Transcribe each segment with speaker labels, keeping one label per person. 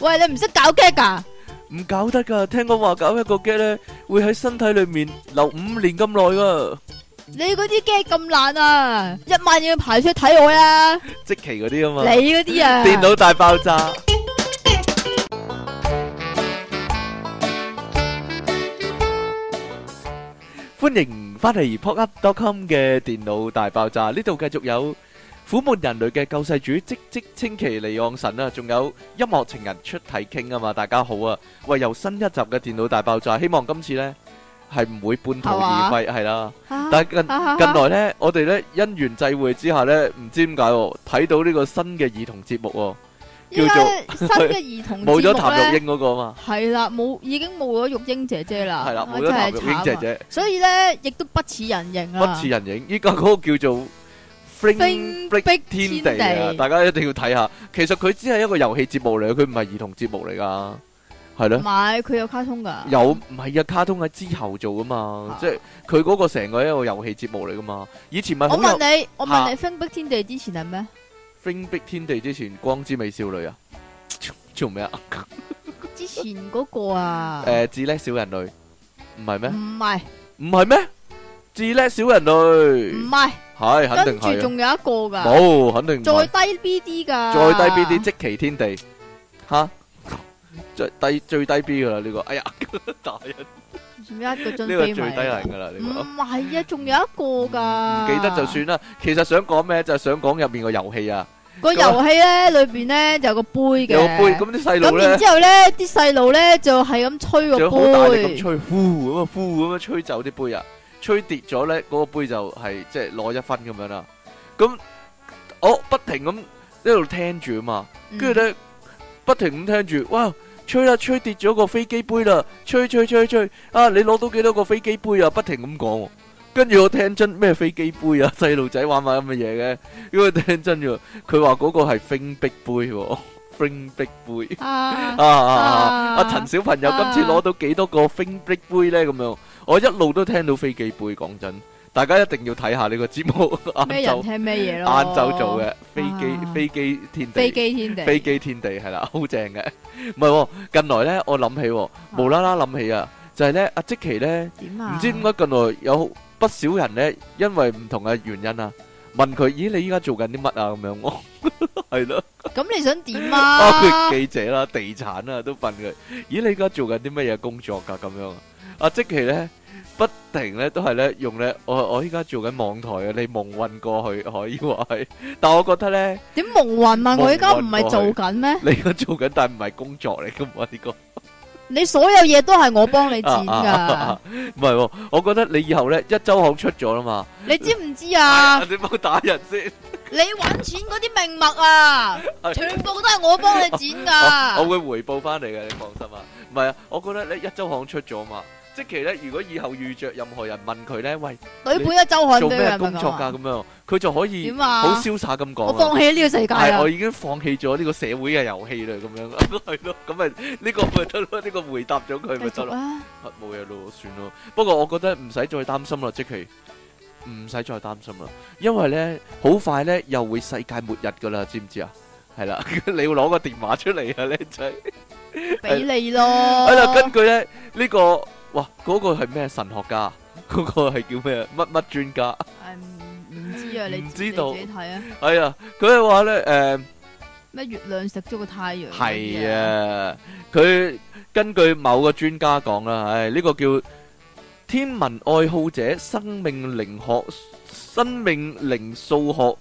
Speaker 1: 喂，你唔識搞 gag 啊噶？
Speaker 2: 唔搞得噶，聽講話搞一個 gag 咧，會喺身體裏面留五年咁耐噶，
Speaker 1: 你嗰啲 gag 咁爛啊！一晚要排出去睇我啦，你
Speaker 2: 即期嗰啲啊嘛，
Speaker 1: 嗰啲啊，
Speaker 2: 電腦大爆炸。歡迎翻嚟 pocket.com 嘅電腦大爆炸，呢度繼續有苦悶人類嘅救世主即即稱其離岸神啊，仲有音樂情人出體傾啊嘛，大家好啊！喂，又新一集嘅電腦大爆炸，希望今次呢係唔會半途而廢，係啦。
Speaker 1: 啊。
Speaker 2: 但係近
Speaker 1: 啊
Speaker 2: 近來咧，我哋咧因緣際會之下咧，唔知點解喎睇到呢個新嘅兒童節目喎，
Speaker 1: 依家
Speaker 2: 叫
Speaker 1: 新嘅 兒童
Speaker 2: 冇咗
Speaker 1: 譚
Speaker 2: 譚玉英嗰個啊嘛，
Speaker 1: 係啦，冇已經冇咗玉英姐姐啦，
Speaker 2: 係啦，
Speaker 1: 啊
Speaker 2: 冇咗譚玉英姐，
Speaker 1: 真係慘啊
Speaker 2: 姐，
Speaker 1: 所以咧亦都不似人形
Speaker 2: 不
Speaker 1: 啊，
Speaker 2: 似人形。依家嗰個叫做 Fling
Speaker 1: Fling
Speaker 2: Break
Speaker 1: Break
Speaker 2: 天地啊，
Speaker 1: 天地
Speaker 2: 大家一定要睇下。其實佢只係一個遊戲節目嚟，嘅，佢唔係兒童節目嚟噶，係
Speaker 1: 唔
Speaker 2: 咯。
Speaker 1: 係佢有卡通噶，
Speaker 2: 有唔係啊？卡通喺之後做噶嘛，
Speaker 1: 啊
Speaker 2: 即係佢嗰個成個一個遊戲節目嚟噶嘛。以前咪好
Speaker 1: 我
Speaker 2: 有
Speaker 1: 問你，我
Speaker 2: 嚇
Speaker 1: 問你《冰壁天地》之前係咩？
Speaker 2: Fling Break 天地之前，光之美少女啊，做咩啊？
Speaker 1: 之前嗰個啊，
Speaker 2: 诶，自叻小人類唔係咩？
Speaker 1: 唔係
Speaker 2: 唔係咩？自叻小人
Speaker 1: 唔
Speaker 2: 類
Speaker 1: 係，
Speaker 2: 係
Speaker 1: 跟
Speaker 2: 肯定
Speaker 1: 住
Speaker 2: 係啊，
Speaker 1: 仲有一個噶，
Speaker 2: 冇肯定唔
Speaker 1: 再
Speaker 2: 係
Speaker 1: 低 B D 噶，
Speaker 2: 再低 B
Speaker 1: à.
Speaker 2: 啲即其天地吓，最低最低 B 噶啦呢個，哎呀 大人
Speaker 1: 做咩一個樽
Speaker 2: 呢個
Speaker 1: 飛
Speaker 2: 最
Speaker 1: 埋
Speaker 2: 低能
Speaker 1: 嚟？
Speaker 2: 噶啦
Speaker 1: 唔
Speaker 2: 呢
Speaker 1: 係啊，仲有一個
Speaker 2: 個，唔
Speaker 1: 噶，
Speaker 2: 記得就。算啦。其實想講咩就係想講入面個遊戲啊，
Speaker 1: 個遊戲咧裏邊咧就有個杯嘅，
Speaker 2: 有個杯咁啲細
Speaker 1: 咁
Speaker 2: 路咧
Speaker 1: 然。之後咧啲細路咧就係咁吹
Speaker 2: 仲
Speaker 1: 個
Speaker 2: 要好大力咁
Speaker 1: 杯，
Speaker 2: 吹，呼咁啊呼咁樣吹走啲杯啊，吹跌咗咧，嗰、個杯就係即係攞一分咁樣啦。咁我不停咁一路聽住啊嘛，
Speaker 1: 嗯
Speaker 2: 跟住咧不停咁聽住，哇！吹啦，吹跌咗個飛機杯啦，吹吹吹吹，啊！你攞到幾多個飛機杯啊？不停咁講喎，跟住我聽真咩飛機杯啊？細路仔玩埋咁嘅嘢嘅，因為聽真嘅，佢話嗰個係冰壁杯喎，冰壁杯。
Speaker 1: 啊
Speaker 2: 啊啊啊！阿
Speaker 1: 啊
Speaker 2: 陳小朋友今
Speaker 1: 啊
Speaker 2: 次攞到幾多個 Fing Big 杯咧？咁樣我一路都聽到飛機杯，講真，大家一定要睇下呢個節目。
Speaker 1: 咩
Speaker 2: 晏
Speaker 1: 人
Speaker 2: 晝
Speaker 1: 聽咩嘢
Speaker 2: 晏
Speaker 1: 咯？
Speaker 2: 晝做嘅飛機
Speaker 1: 啊
Speaker 2: 飛機天
Speaker 1: 飛
Speaker 2: 地
Speaker 1: 機天地，
Speaker 2: 飛機天地係啦，好正嘅。唔係喎，近來咧我諗起喎，無啦啦諗起啊，就係咧阿即奇咧，
Speaker 1: 點啊？
Speaker 2: 唔知點解近來有不少人咧，因為唔同嘅原因啊，問佢：咦，你依家做緊啲乜啊？咁樣喎，係咯。
Speaker 1: 咁你想點
Speaker 2: 包
Speaker 1: 啊
Speaker 2: 括？記者啦、地產啦都問佢：咦，你而家做緊啲乜嘢工作㗎？咁樣啊，即其咧不停咧都係咧用咧，我我依家做緊網台啊，你蒙混過去可以話係，但我覺得咧
Speaker 1: 點蒙混啊？我依家唔係做緊咩？
Speaker 2: 你而家做緊，但唔係工作嚟㗎嘛呢個。
Speaker 1: 你所有嘢都係我幫你剪
Speaker 2: 啊啊
Speaker 1: 噶
Speaker 2: 啊，唔係喎，我覺得你以後咧一周行出咗啦嘛，
Speaker 1: 你知唔知啊
Speaker 2: 哎呀？你冇打人先，
Speaker 1: 你揾錢嗰啲命脈啊，
Speaker 2: 哎
Speaker 1: 全部都係我幫你剪
Speaker 2: 我
Speaker 1: 噶。
Speaker 2: 會回報翻嚟嘅，你放心啊。唔係啊，我覺得咧一周行出咗嘛，即其咧如果以後遇着任何人問佢咧，喂。
Speaker 1: 女本一周刊
Speaker 2: 做
Speaker 1: 俾佢
Speaker 2: 咩
Speaker 1: 係咪
Speaker 2: 工作
Speaker 1: 咁
Speaker 2: 噶
Speaker 1: 啊？
Speaker 2: 咁樣，佢就可以
Speaker 1: 點啊
Speaker 2: 好瀟灑咁
Speaker 1: 我
Speaker 2: 講
Speaker 1: 放
Speaker 2: 啊。
Speaker 1: 棄呢個世界
Speaker 2: 係，
Speaker 1: 啦
Speaker 2: 我。已經放棄咗呢個社會嘅遊戲啦，咁樣 係咯，咁咪呢個咪得咯，呢個回答咗佢咪
Speaker 1: 繼
Speaker 2: 得
Speaker 1: 續
Speaker 2: 咯，
Speaker 1: 啊！
Speaker 2: 啊冇嘢咯，算咯。不過我覺得唔使再擔心啦，即其唔使再擔心啦，因為咧好快咧又會世界末日噶啦，知唔知啊？係啦， 你要攞個電話出嚟啊，僆仔。
Speaker 1: 俾你咯。
Speaker 2: 係啦，根據咧呢個，哇，嗰個係咩神學家？嗰個係叫咩？乜乜專家？
Speaker 1: 唉唔唔知啊，你
Speaker 2: 唔
Speaker 1: 你
Speaker 2: 知道
Speaker 1: 自己睇啊。
Speaker 2: 係啊，佢係話咧，誒。
Speaker 1: 咩月亮食咗個太陽？
Speaker 2: 係，啊，佢根據某個專家講啦，唉，呢、個叫天文愛好者、生命靈學、生命靈數學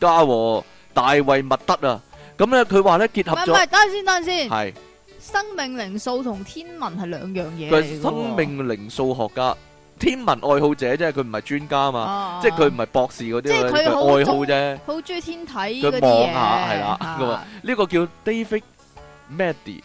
Speaker 2: 家、喎，大衛麥德啊。咁咧，佢話咧結
Speaker 1: 唔
Speaker 2: 啊合
Speaker 1: 係唔
Speaker 2: 咗
Speaker 1: 係，等陣先，等陣先。
Speaker 2: 係
Speaker 1: 生命靈數同天文係兩樣嘢
Speaker 2: 佢
Speaker 1: 嚟
Speaker 2: 係
Speaker 1: 㗎喎
Speaker 2: 生命靈數學家、天文愛好者啫，佢唔係專家嘛，
Speaker 1: 啊
Speaker 2: 即係佢唔係博士嗰啲
Speaker 1: 即係
Speaker 2: 啊，
Speaker 1: 佢
Speaker 2: 佢
Speaker 1: 好
Speaker 2: 愛好
Speaker 1: 中
Speaker 2: 啫。
Speaker 1: 好中意天體
Speaker 2: 佢
Speaker 1: 嗰啲
Speaker 2: 望
Speaker 1: 嘢
Speaker 2: 下係啦咁啊
Speaker 1: 啊
Speaker 2: 呢個叫 David Maddy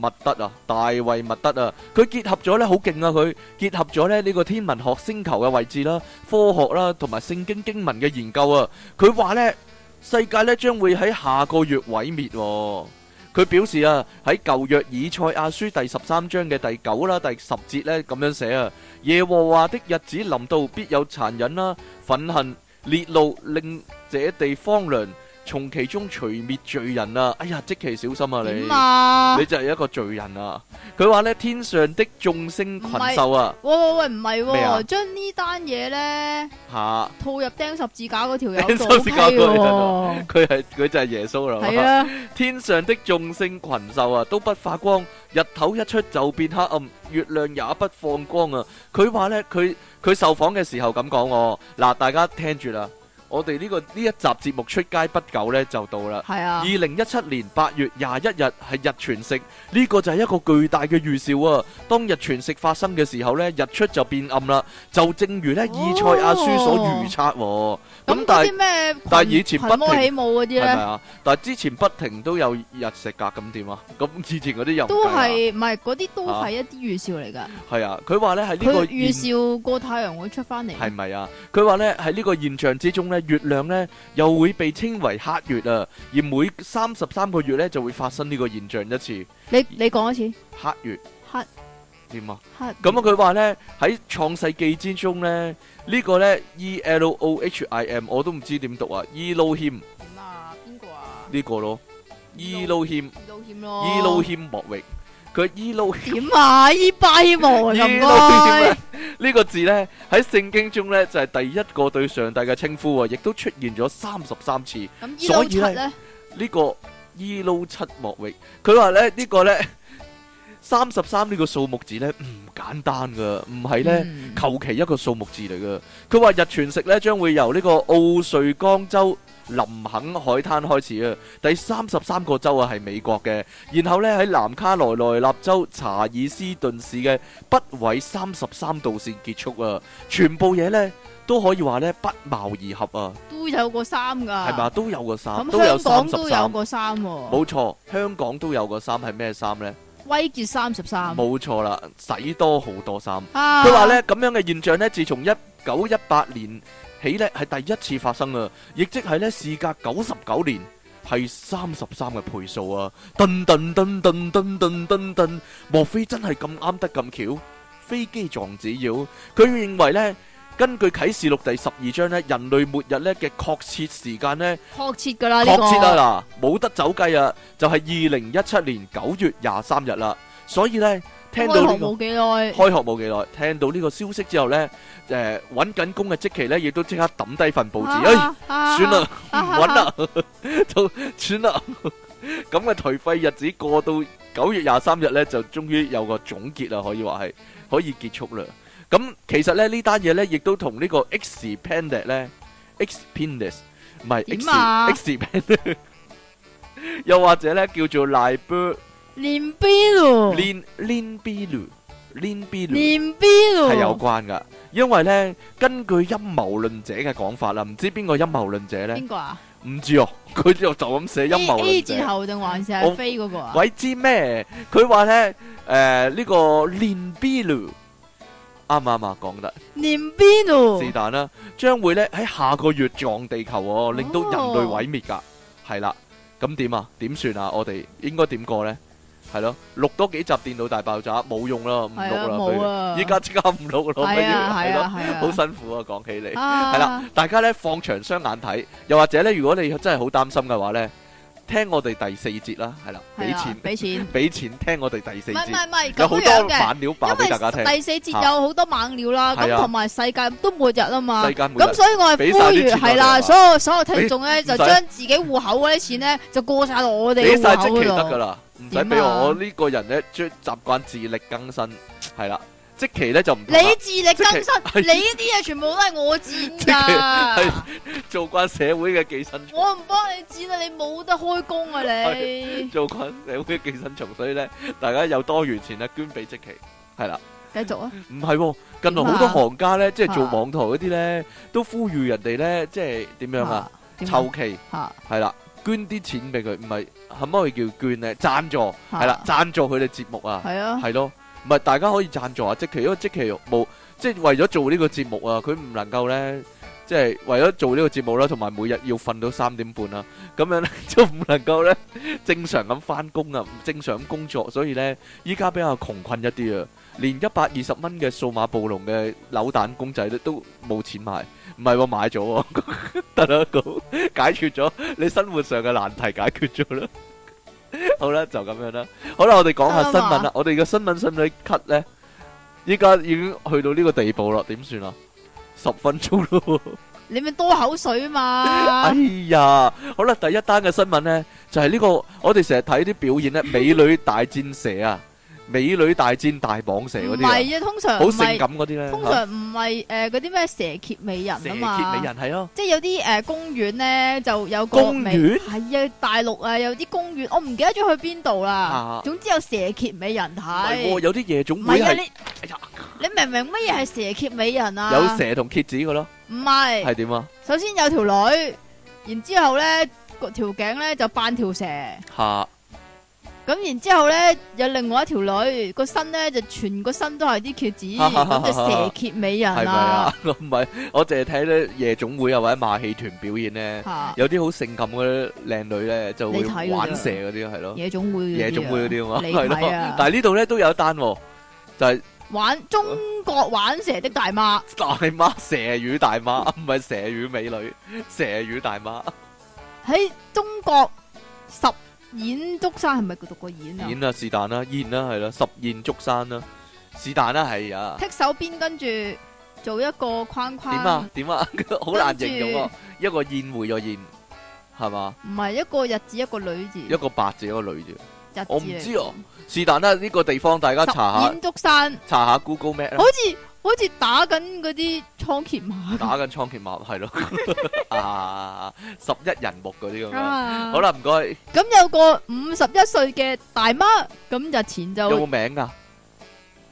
Speaker 2: 麥德啊，大衛麥德啊，佢結合咗咧好勁啊！佢結合咗咧呢個天文學星球嘅位置啦、科學啦同埋聖經經文嘅研究啊。佢話咧世界咧將會喺下個月毀滅、喎。佢表示啊，喺舊約以賽亞書第十三章嘅第九啦、第十節咧咁樣寫啊，耶和華的日子臨到，必有殘忍啦、憤恨、烈怒，令這地荒涼。從其中除滅罪人啊！哎呀，即其小心啊你
Speaker 1: 点，啊
Speaker 2: 你？就係一個罪人啊！佢話咧天上的眾星群獸啊，
Speaker 1: 喂喂喂，唔係
Speaker 2: 咩啊
Speaker 1: 喎，將呢單嘢咧
Speaker 2: 吓
Speaker 1: 套入釘十字架嗰條友
Speaker 2: 釘
Speaker 1: 度
Speaker 2: 十字架嗰條友
Speaker 1: 喎，
Speaker 2: 佢係佢就係耶穌啦嘛。
Speaker 1: 係啊，
Speaker 2: 天上的眾星群獸啊，都不發光，日頭一出就變黑暗，月亮也不放光啊！佢話呢，佢佢受訪嘅時候咁講我，嗱，大家聽住啦，我哋呢、個呢一集節目出街不久呢，就到啦。
Speaker 1: 係啊
Speaker 2: 二，零一七年八月廿一日係日全食，呢、個就係一個巨大嘅預兆啊！當日全食發生嘅時候呢，日出就變暗啦，就正如呢以賽亞書所預測喎。咁
Speaker 1: 哦咁
Speaker 2: 但
Speaker 1: 嗰
Speaker 2: 係
Speaker 1: 啲咩群？
Speaker 2: 但係以前不
Speaker 1: 群魔
Speaker 2: 停
Speaker 1: 起舞嗰啲
Speaker 2: 系咪
Speaker 1: 咧，
Speaker 2: 啊？但系之前不停都有日食噶，咁點啊？ 咁以前嗰啲又唔
Speaker 1: 都
Speaker 2: 計啊
Speaker 1: 係唔係嗰啲都係一啲預兆嚟㗎。
Speaker 2: 係啊？佢話咧喺呢
Speaker 1: 佢
Speaker 2: 個現
Speaker 1: 預兆個太陽會出翻嚟，
Speaker 2: 係咪啊？佢話咧喺呢個現象之中咧，月亮咧又會被稱為黑月啊，而每三十三個月咧就會發生呢個現象一次
Speaker 1: 你你講一次，
Speaker 2: 黑月
Speaker 1: 黑
Speaker 2: 點啊？
Speaker 1: 黑
Speaker 2: 咁啊，佢話咧喺創世記之中咧，呢個咧 E L O H I M 我都唔知點讀啊，Elohim
Speaker 1: 點啊？邊個啊？
Speaker 2: 呢個咯，Elohim E
Speaker 1: 二路險咯，
Speaker 2: Elohim 莫域，佢 E Elohim。
Speaker 1: 點啊？伊巴希望
Speaker 2: 呢
Speaker 1: 咁
Speaker 2: 個字
Speaker 1: 該
Speaker 2: 呢，啊呢個字呢，喺聖經中呢，就係、第一個對上帝嘅稱呼啊，亦都出現咗三十三次。呢、
Speaker 1: 咁伊路七
Speaker 2: 所以
Speaker 1: 咧，
Speaker 2: 個伊撈七莫域，佢話呢，呢、個呢，三十三呢個數目字呢，唔簡單噶，唔係呢。
Speaker 1: 嗯
Speaker 2: 求其一個數目字嚟嘅。佢話日全食咧將會由呢個奧瑞江州林肯海灘開始啊，第三十三個州啊係美國嘅，然後咧喺南卡羅來納州查爾斯頓市嘅北緯三十三度線結束啊，全部嘢咧都可以話咧不謀而合啊，
Speaker 1: 都有個三㗎，
Speaker 2: 係嘛？？都有個三，
Speaker 1: 啊咁
Speaker 2: 都有
Speaker 1: 香
Speaker 2: 三
Speaker 1: 港
Speaker 2: 十
Speaker 1: 都有
Speaker 2: 三，
Speaker 1: 個三喎，
Speaker 2: 冇錯，香港都有個三係咩衫呢？
Speaker 1: 威傑三十三。
Speaker 2: 冇錯啦，使多好多衫。
Speaker 1: 啊！
Speaker 2: 佢話咧咁樣嘅現象咧，自從一九一八年起咧係第一次發生啊，亦即係咧事隔九十九年。係三十三嘅倍數啊！噔噔噔噔噔噔噔噔，莫非真係咁啱得咁巧？飛機撞紙鷂，佢認為呢，根據啟示錄第十二章呢，人類末日呢嘅確切時間呢，
Speaker 1: 確切㗎啦，呢個
Speaker 2: 確切啊嗱，冇得走雞啊，就係二零一七年九月廿三日啦。所以呢，聽到
Speaker 1: 開
Speaker 2: 呢
Speaker 1: 學
Speaker 2: 個。
Speaker 1: 冇幾耐，
Speaker 2: 開學冇幾耐，聽到呢個消息之後呢，誒揾緊工嘅即期呢，亦都即刻抌低份報紙，哎，算啦，唔揾啦， 就算啦。 咁嘅頹廢日子過到九月廿三日呢，就終於有個總結啦，可以話係可以結束啦。咁其實咧呢單嘢呢，亦都同呢個 X Panda 呢 X Penis 唔係
Speaker 1: 點
Speaker 2: X
Speaker 1: 啊
Speaker 2: X Panda，又或者呢叫做 Liber
Speaker 1: 連邊咯，
Speaker 2: Lin Lin Bilu Lin Bilu。
Speaker 1: 連邊 咯，
Speaker 2: 係有關噶，因為呢，根據陰謀論者嘅講法啦，唔知邊個陰謀論者呢？
Speaker 1: 邊個啊？
Speaker 2: 唔知哦， 佢就就咁寫陰
Speaker 1: A A
Speaker 2: 謀論
Speaker 1: 字
Speaker 2: 者。
Speaker 1: 頭定還是
Speaker 2: 我
Speaker 1: 係飛嗰個啊？
Speaker 2: 鬼知咩？佢話呢，誒、呢、個 Lin Bilu 啱唔啱啊？講得
Speaker 1: 連邊度
Speaker 2: 是？但啦，將會呢喺下個月撞地球喎，令到人類毀滅噶。係啦，咁點啊？點算啊？我哋應該點過呢？係咯，錄多幾集電腦大爆炸冇用啦，唔
Speaker 1: 係啊，
Speaker 2: 錄
Speaker 1: 冇
Speaker 2: 啦，
Speaker 1: 啊，
Speaker 2: 不如依家即刻唔錄咯，不如
Speaker 1: 係啊，
Speaker 2: 係
Speaker 1: 係
Speaker 2: 咯
Speaker 1: 啊，。係啊，
Speaker 2: 好辛苦啊，講起你。
Speaker 1: 啊，
Speaker 2: 係啦大家咧放長雙眼睇，又或者咧，如果你真係好擔心嘅話咧，聽我哋第四節啦，係啦，俾
Speaker 1: 係啊，
Speaker 2: 錢
Speaker 1: 俾錢，
Speaker 2: 俾錢聽我哋第四
Speaker 1: 唔係唔
Speaker 2: 節，
Speaker 1: 係唔係
Speaker 2: 有好
Speaker 1: 咁樣嘅。
Speaker 2: 多版料
Speaker 1: 因
Speaker 2: 爆俾大家聽，
Speaker 1: 為第四節有好多猛料啦，
Speaker 2: 係
Speaker 1: 咁
Speaker 2: 啊
Speaker 1: 同埋世界都末日啊嘛，
Speaker 2: 世界末日
Speaker 1: 咁所以我係
Speaker 2: 俾
Speaker 1: 呼
Speaker 2: 晒啲
Speaker 1: 籲
Speaker 2: 錢我哋
Speaker 1: 係啦，
Speaker 2: 啊
Speaker 1: 所有所有聽眾咧
Speaker 2: 唔
Speaker 1: 就
Speaker 2: 使
Speaker 1: 將自己户口嗰啲錢咧就過晒落我哋
Speaker 2: 俾
Speaker 1: 嘅
Speaker 2: 晒
Speaker 1: 户口
Speaker 2: 即期得
Speaker 1: 嗰
Speaker 2: 噶
Speaker 1: 度。
Speaker 2: 啦，唔使俾
Speaker 1: 點啊
Speaker 2: 我我呢個人咧，最習慣自力更生，係啦，即期咧就唔同
Speaker 1: 你
Speaker 2: 啦
Speaker 1: 自力更
Speaker 2: 即期
Speaker 1: 生，你呢啲嘢全部都係我剪
Speaker 2: 即期係
Speaker 1: 㗎，
Speaker 2: 做慣社會嘅寄生蟲。
Speaker 1: 我唔幫你剪啊，你冇得開工啊你。
Speaker 2: 做慣社會嘅寄生蟲，所以咧，大家有多餘錢咧，捐俾即期，係啦。
Speaker 1: 繼續啊，
Speaker 2: 唔係喎，近來好多行家咧，即係做網台嗰啲咧，都呼籲人哋咧，即係點樣啊？
Speaker 1: 點啊
Speaker 2: 籌期
Speaker 1: 嚇
Speaker 2: 係啦，捐啲錢俾佢，唔係可唔可以叫捐咧？贊助
Speaker 1: 嚇
Speaker 2: 係啦，贊助佢哋節目啊，
Speaker 1: 係啊，
Speaker 2: 係咯，唔係大家可以贊助啊，即其因為即其冇，即係為咗做呢個節目啊，佢唔能夠咧。即係為咗做呢個節目啦，同埋每日要瞓到三點半啦，咁樣咧 就唔能夠咧正常咁翻工啊，唔正常咁工作，所以咧依家比較窮困一啲啊，連一百二十蚊嘅數碼暴龍嘅扭蛋公仔咧都冇錢買，唔係喎 買咗喎，得啦，咁解決咗你生活上嘅難題，解決咗啦。 好啦，就咁樣啦。好啦，我哋講下新聞
Speaker 1: 得啦
Speaker 2: 啦
Speaker 1: 嘛。
Speaker 2: 我哋嘅新聞使唔使 cut 咧？依家已經去到呢個地步啦，點算啊？十分鐘咯。
Speaker 1: 你咪多口水嘛
Speaker 2: 哎，呀，好啦，第一單嘅新聞呢，就係、呢、個我哋成日睇啲表演呢，美女大戰蛇啊，美女大戰大蟒蛇
Speaker 1: 唔
Speaker 2: 嗰啲
Speaker 1: 係啊，通
Speaker 2: 啊，
Speaker 1: 常
Speaker 2: 好
Speaker 1: 唔
Speaker 2: 性
Speaker 1: 係，
Speaker 2: 感嗰啲呢，
Speaker 1: 通常唔係诶嗰啲咩蛇蝎美人
Speaker 2: 嚇蛇
Speaker 1: 啊
Speaker 2: 蝎
Speaker 1: 嘛
Speaker 2: 美，人係咯，
Speaker 1: 即係有啲诶公園咧就有個
Speaker 2: 公
Speaker 1: 美
Speaker 2: 園
Speaker 1: 係啊，大陸啊有啲公園，我唔記得咗去邊度
Speaker 2: 啊
Speaker 1: 啦。總之有蛇蝎美人
Speaker 2: 係喎
Speaker 1: 睇，
Speaker 2: 有啲夜總
Speaker 1: 唔
Speaker 2: 會
Speaker 1: 係啊
Speaker 2: 係哎
Speaker 1: 你
Speaker 2: 呀。
Speaker 1: 你明唔明乜嘢係蛇蝎美人啊？
Speaker 2: 有蛇同蝎子嘅咯，
Speaker 1: 唔係。
Speaker 2: 係點啊？
Speaker 1: 首先有條女，然之后咧个条颈咧就扮條蛇，咁
Speaker 2: 嚇
Speaker 1: 然之后咧有另外一條女個身咧就全個身都係啲蝎子，咁就蛇蝎美人
Speaker 2: 係咪
Speaker 1: 啦
Speaker 2: 啊。？我唔係，我淨係睇咧夜總會啊或者馬戲團表演呢，
Speaker 1: 吓
Speaker 2: 有啲好性感嘅靚女呢，就會
Speaker 1: 你睇嗰啲啊
Speaker 2: 玩蛇嗰啲係咯，
Speaker 1: 夜總會嗰啲啊
Speaker 2: 夜總會嗰啲 啊嘛，
Speaker 1: 你
Speaker 2: 係
Speaker 1: 睇
Speaker 2: 咯
Speaker 1: 啊。
Speaker 2: 但係呢度呢，都有一單喎，就係。
Speaker 1: 玩中國玩蛇的大媽，
Speaker 2: 大媽蛇與大媽，唔係蛇與美女，蛇與大媽
Speaker 1: 喺中國十演竹山係咪讀個演啊？
Speaker 2: 演啊是但啦，燕啦係啦，十燕竹山啦，是但啦係啊，
Speaker 1: 剔手邊跟住做一個框框，
Speaker 2: 點啊 點啊，好難形容啊，一個燕會個燕係嘛，
Speaker 1: 唔係一個日字一個女字，
Speaker 2: 一個白字一個女字，
Speaker 1: 日字
Speaker 2: 我唔
Speaker 1: 嚟
Speaker 2: 知啊，是但啦呢個地方大家查
Speaker 1: 十
Speaker 2: 下
Speaker 1: 演竹山。
Speaker 2: 查下 Google Map 啦
Speaker 1: 好，似好似打緊嗰啲倉颉馬
Speaker 2: 打緊倉颉馬 係咯，啊十一人目嗰啲咁
Speaker 1: 咁
Speaker 2: 樣，
Speaker 1: 啊！
Speaker 2: 好啦唔該，
Speaker 1: 咁有個五十一歲嘅大媽，咁日前
Speaker 2: 有
Speaker 1: 就
Speaker 2: 冇名噶？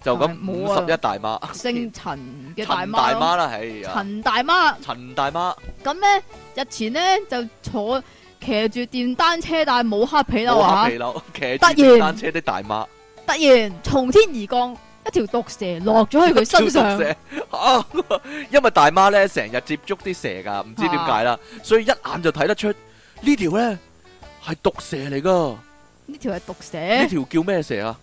Speaker 2: 就咁
Speaker 1: 冇
Speaker 2: 五
Speaker 1: 啊
Speaker 2: 十一大媽，
Speaker 1: 姓陳嘅大
Speaker 2: 陳
Speaker 1: 媽
Speaker 2: 大
Speaker 1: 咯，
Speaker 2: 媽啦，係啊。
Speaker 1: 陳大媽。
Speaker 2: 陳大媽
Speaker 1: 咁呢，日前呢就坐騎住電單車，但係冇黑皮褸
Speaker 2: 冇
Speaker 1: 啊
Speaker 2: 黑皮褸，騎
Speaker 1: 突
Speaker 2: 住電
Speaker 1: 然
Speaker 2: 單車的大媽
Speaker 1: 突然從天而降一條毒蛇落咗喺佢身
Speaker 2: 超 毒
Speaker 1: 上，
Speaker 2: 蛇啊！因為大媽咧成日接觸啲蛇噶，唔知點解啦，所以一眼就睇得出呢條咧係毒蛇嚟噶。
Speaker 1: 呢條係毒蛇，
Speaker 2: 呢條叫咩蛇啊？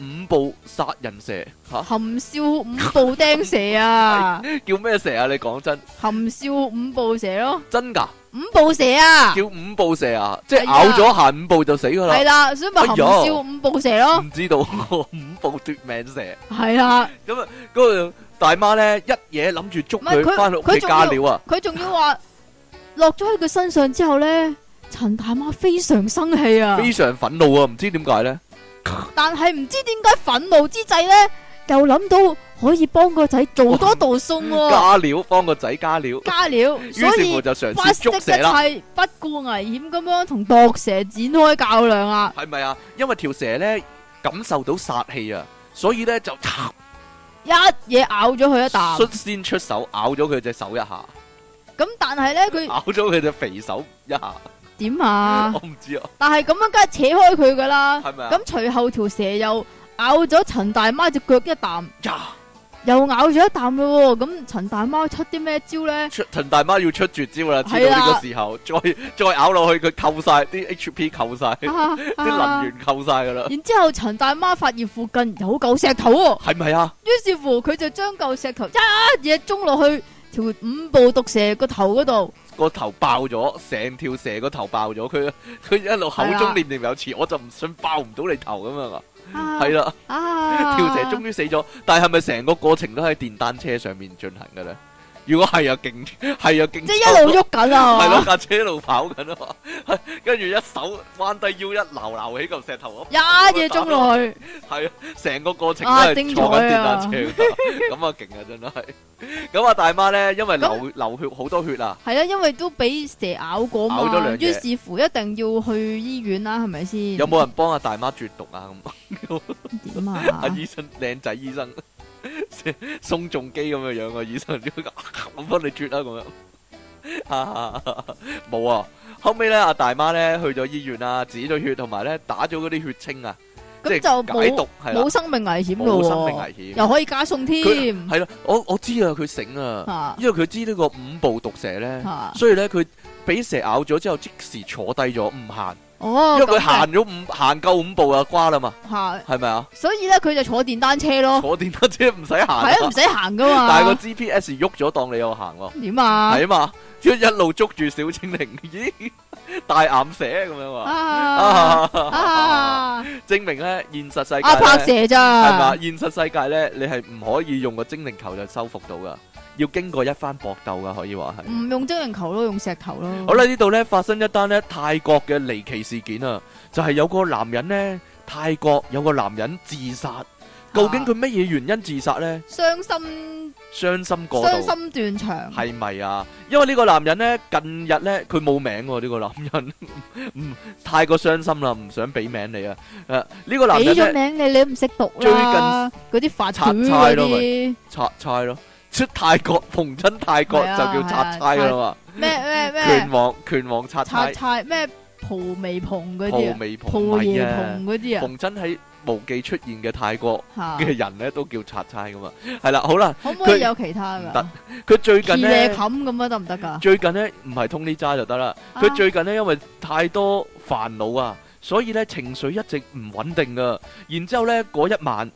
Speaker 2: 五步殺人蛇吓、
Speaker 1: 含笑五步釘蛇啊，
Speaker 2: 叫咩蛇啊？你講真
Speaker 1: 含笑五步蛇咯，
Speaker 2: 真㗎？
Speaker 1: 五步蛇啊，
Speaker 2: 叫五步蛇啊？即係
Speaker 1: 係啊
Speaker 2: 咬咗下五步就死㗎
Speaker 1: 係
Speaker 2: 啦？
Speaker 1: 啦，所以咪
Speaker 2: 哎
Speaker 1: 含
Speaker 2: 呀
Speaker 1: 笑五步蛇咯，
Speaker 2: 唔知道 五步奪命蛇
Speaker 1: 係啦。
Speaker 2: 嗰、個大媽咧一嘢諗住捉
Speaker 1: 唔係
Speaker 2: 佢
Speaker 1: 佢
Speaker 2: 翻屋企
Speaker 1: 佢仲
Speaker 2: 加
Speaker 1: 要
Speaker 2: 料啊！
Speaker 1: 佢仲要話落咗喺佢身上之後咧，陳大媽非常生氣啊！
Speaker 2: 非常憤怒啊！唔知點解咧？
Speaker 1: 但係唔知點解憤怒之際咧，又諗到可以幫個仔做多道餸喎，
Speaker 2: 加料，幫個仔加料，
Speaker 1: 加料，
Speaker 2: 啊於
Speaker 1: 所
Speaker 2: 是乎
Speaker 1: 以
Speaker 2: 就嘗
Speaker 1: 不
Speaker 2: 試
Speaker 1: 惜一
Speaker 2: 捉蛇啦，
Speaker 1: 切，不顧危險咁樣同毒蛇展開較量啊！
Speaker 2: 係咪啊？因為條蛇咧感受到殺氣啊，所以咧就嚓
Speaker 1: 一嘢咬咗佢一啖，
Speaker 2: 率先出手咬咗佢隻手一下，
Speaker 1: 咁但係咧佢
Speaker 2: 咬咗佢隻肥手一下，
Speaker 1: 點啊
Speaker 2: 我？唔知啊，
Speaker 1: 但係咁樣梗係扯開佢噶啦，
Speaker 2: 係咪啊
Speaker 1: 咁？隨後條蛇又咬咗陳大媽只腳一啖。
Speaker 2: 呀
Speaker 1: 又咬咗一啖咯喎，咁陳大媽出啲咩招 咧？
Speaker 2: 出陳大媽要出絕招啦，知
Speaker 1: 係
Speaker 2: 道
Speaker 1: 啊
Speaker 2: 呢個時候再再咬落去，佢扣晒啲 HP，扣晒啲
Speaker 1: 啊
Speaker 2: 能源，扣晒噶啦，
Speaker 1: 然之後陳大媽發現附近有嚿石頭喎，
Speaker 2: 係咪啊？
Speaker 1: 於是乎佢就將嚿石頭一嘢中落去條五步毒蛇個頭嗰度，
Speaker 2: 個頭爆咗，成條蛇個頭爆咗，佢佢一路口
Speaker 1: 係
Speaker 2: 中
Speaker 1: 啊
Speaker 2: 念念有詞，我就唔信爆唔到你頭咁樣啊！
Speaker 1: 係
Speaker 2: 係
Speaker 1: 啦，
Speaker 2: 啦。
Speaker 1: 啊
Speaker 2: 跳蛇終於死咗，但係咪成個過程都喺電單車上面進行嘅咧？如果係啊，勁係啊，勁
Speaker 1: 即係一路喐緊啊，
Speaker 2: 係
Speaker 1: 係
Speaker 2: 咯
Speaker 1: 嘛
Speaker 2: 架車一路跑緊啊 嘛，跟住一手彎低腰一撈撈起嚿石頭，
Speaker 1: 一嘢中落去，
Speaker 2: 係啊，成個過程都
Speaker 1: 啊
Speaker 2: 係
Speaker 1: 精
Speaker 2: 坐緊電
Speaker 1: 彩啊
Speaker 2: 單車㗎， 咁啊勁啊真係，咁啊大媽咧，因為流流血好多血啊，
Speaker 1: 係啦，因為都俾蛇咬過
Speaker 2: 咬咗
Speaker 1: 嘛
Speaker 2: 兩，嘢
Speaker 1: 於是乎一定要去醫院啦，係咪先？
Speaker 2: 有冇啊人幫阿大媽絕毒啊？咁
Speaker 1: 點
Speaker 2: 阿
Speaker 1: 啊？
Speaker 2: 醫生 靚仔醫生，宋仲基咁嘅樣啊！醫生，我幫你啜啦 咁樣。啊冇啊！後尾咧，阿大媽咧去咗醫院啊，止咗血，同埋咧打咗嗰啲血清啊，即
Speaker 1: 咁
Speaker 2: 係
Speaker 1: 就
Speaker 2: 解
Speaker 1: 冇
Speaker 2: 毒係啦，
Speaker 1: 冇生命危險
Speaker 2: 冇
Speaker 1: 噶喎，
Speaker 2: 生命危險。
Speaker 1: 又可以加餸添，
Speaker 2: 係啦，我我知啊，佢醒啊，
Speaker 1: 吓
Speaker 2: 因為佢知呢個五步毒蛇咧，
Speaker 1: 吓
Speaker 2: 所以咧佢俾蛇咬咗之後即時坐低咗唔行，因
Speaker 1: 哦，
Speaker 2: 為佢行咗五行夠五步啊瓜啦嘛，
Speaker 1: 吓，
Speaker 2: 係咪啊？
Speaker 1: 所以咧佢就坐電單車咯，
Speaker 2: 坐電單車唔使
Speaker 1: 係
Speaker 2: 行
Speaker 1: 啊，唔
Speaker 2: 啊，
Speaker 1: 使行噶嘛，
Speaker 2: 但係個 GPS 喐咗當你有行喎。
Speaker 1: 點啊？
Speaker 2: 系啊嘛，一一路捉住小精靈，咦， 大岩蛇咁樣啊！
Speaker 1: 啊
Speaker 2: 啊，
Speaker 1: 啊！
Speaker 2: 證明咧現實世
Speaker 1: 阿啊拍
Speaker 2: 界咧，
Speaker 1: 蛇
Speaker 2: 係嘛？
Speaker 1: 咋？
Speaker 2: 現實世界咧，你係唔可以用個精靈球就收復到噶，要經過一番搏鬥噶，可以話係。
Speaker 1: 唔用精靈球咯，用石頭咯。
Speaker 2: 好啦，呢度咧發生一單咧泰國嘅離奇事件啊，就係有個男人咧，泰國有個男人自殺，究竟佢乜嘢原因自殺咧？
Speaker 1: 傷心
Speaker 2: 傷心過
Speaker 1: 傷
Speaker 2: 度。
Speaker 1: 心斷腸，
Speaker 2: 系咪啊？因为呢个男人呢，近日呢，佢冇名喎、呢、個个男人 唔太过伤心啦，唔想俾名你啊。诶、呢、個个男
Speaker 1: 俾
Speaker 2: 人
Speaker 1: 咗
Speaker 2: 呢，
Speaker 1: 名你，你都唔識讀啦。嗰啲法條
Speaker 2: 拆差
Speaker 1: 嗰
Speaker 2: 咯
Speaker 1: 啲
Speaker 2: 拆差咯，出泰国逢親泰国
Speaker 1: 係
Speaker 2: 就
Speaker 1: 啊
Speaker 2: 叫拆差噶啦嘛，
Speaker 1: 咩咩咩
Speaker 2: 拳王拳王拆差
Speaker 1: 拆，拆咩蒲微蓬嗰啲
Speaker 2: 蒲
Speaker 1: 啊，
Speaker 2: 美蓬
Speaker 1: 蒲
Speaker 2: 唔係
Speaker 1: 夜啊
Speaker 2: 啊
Speaker 1: 蓬，嗰啲啊
Speaker 2: 逢親喺無記出現嘅泰國
Speaker 1: 嚇，
Speaker 2: 嘅人呢，都叫拆差噶嘛。係啦，好啦，
Speaker 1: 可唔可
Speaker 2: 佢
Speaker 1: 以有其他
Speaker 2: 唔
Speaker 1: 㗎
Speaker 2: 得？佢最
Speaker 1: 騎
Speaker 2: 近呢，
Speaker 1: 呢冚咁啊，得唔得㗎？
Speaker 2: 最近呢，唔係 Tony 渣就得啦。
Speaker 1: 啊
Speaker 2: 佢最近呢，因為太多煩惱啊，所以呢情緒一直唔穩定啊。然之後呢，嗰一晚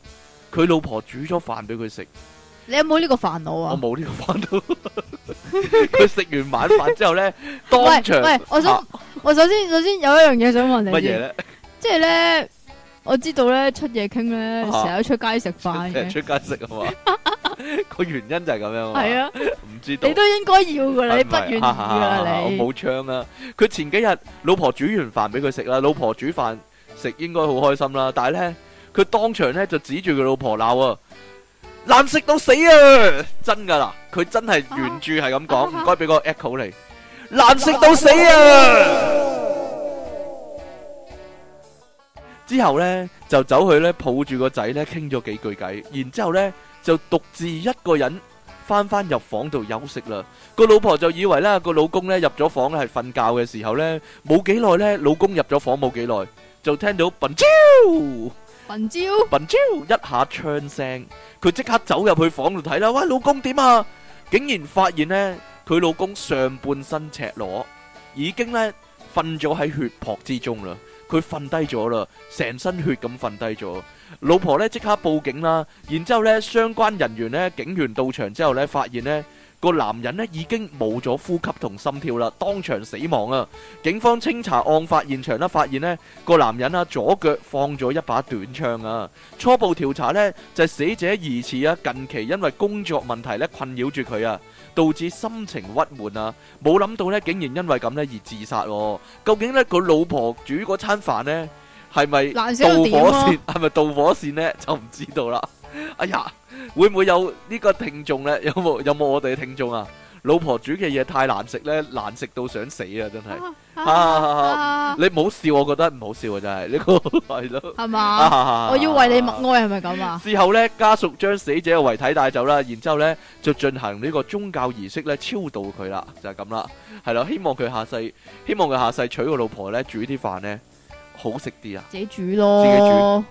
Speaker 2: 佢老婆煮咗飯俾佢食，
Speaker 1: 你有冇呢個煩惱
Speaker 2: 我
Speaker 1: 啊？
Speaker 2: 冇呢個煩惱。 佢食完晚飯之後呢，當
Speaker 1: 喂
Speaker 2: 場
Speaker 1: 喂，我想
Speaker 2: 啊
Speaker 1: 我首先首先有一樣嘢想問你
Speaker 2: 乜
Speaker 1: 先
Speaker 2: 嘢呢？
Speaker 1: 即系咧，我知道咧出嘢傾咧，
Speaker 2: 啊
Speaker 1: 成日都出街食飯
Speaker 2: 成日
Speaker 1: 嘅，
Speaker 2: 出街食啊嘛，個原因就係咁樣嘛
Speaker 1: 係，啊，
Speaker 2: 唔知道
Speaker 1: 你。都應該要噶啦，你
Speaker 2: 啊係
Speaker 1: 不
Speaker 2: 咪
Speaker 1: 願意
Speaker 2: 哈
Speaker 1: 噶
Speaker 2: 哈哈哈
Speaker 1: 啦，
Speaker 2: 我
Speaker 1: 你
Speaker 2: 冇槍啊！佢前幾日老婆煮完飯俾佢食啦，老婆煮飯食應該好開心啦，但係呢，佢當場呢就指住佢老婆鬧啊！難食到死啊！真噶啦，佢真係原著係咁
Speaker 1: 啊
Speaker 2: 講，唔該俾個 echo 嚟，難食到死啊！之後呢，就走去呢抱住個仔呢傾咗幾句偈，然之後呢，就獨自一個人翻返入房度休息啦。個老婆就以為啦，個老公咧入咗房係瞓覺嘅時候咧，冇幾耐咧，老公入咗房冇幾耐，就聽到笨招
Speaker 1: 文招
Speaker 2: 笨招一下槍聲，佢即刻走入去房度睇啦，喂，老公點啊？竟然發現咧，佢老公上半身赤裸，已經咧瞓咗喺血泊之中啦。佢瞓低咗啦，成身血咁瞓低咗。老婆咧即刻報警啦，然之後咧相關人員咧警員到場之後咧，發現咧個男人咧已經冇咗呼吸同心跳啦，當場死亡啊！警方清查案發現場啦，發現咧個男人啊左腳放咗一把短槍啊。初步調查咧就係死者疑似啊近期因為工作問題咧困擾住佢啊，導致心情鬱悶啊，冇諗到咧竟然因為咁咧而自殺喎、究竟咧佢老婆煮嗰餐飯咧係咪？
Speaker 1: 難死
Speaker 2: 導
Speaker 1: 到點啊
Speaker 2: 火
Speaker 1: 咯
Speaker 2: 線？係咪導火線呢？就唔知道啦。 哎呀，會唔會有呢個聽眾呢？有冇有冇我哋嘅聽眾啊？老婆煮嘅嘢太難食呢，難食到想死啊！真係，
Speaker 1: 啊
Speaker 2: 啊啊啊
Speaker 1: 啊，
Speaker 2: 你唔好笑，我覺得唔好笑啊！真係呢 個係咯。啊
Speaker 1: 係嘛？啊我要為你默哀係咪咁啊？
Speaker 2: 事後呢，家屬將死者嘅遺體帶走啦，然之後呢，就進行呢個宗教儀式咧，超度佢啦，就係咁啦，係啦，希望佢下世，希望佢下世娶個老婆呢，煮啲飯呢，好食啲啊，
Speaker 1: 自己煮咯，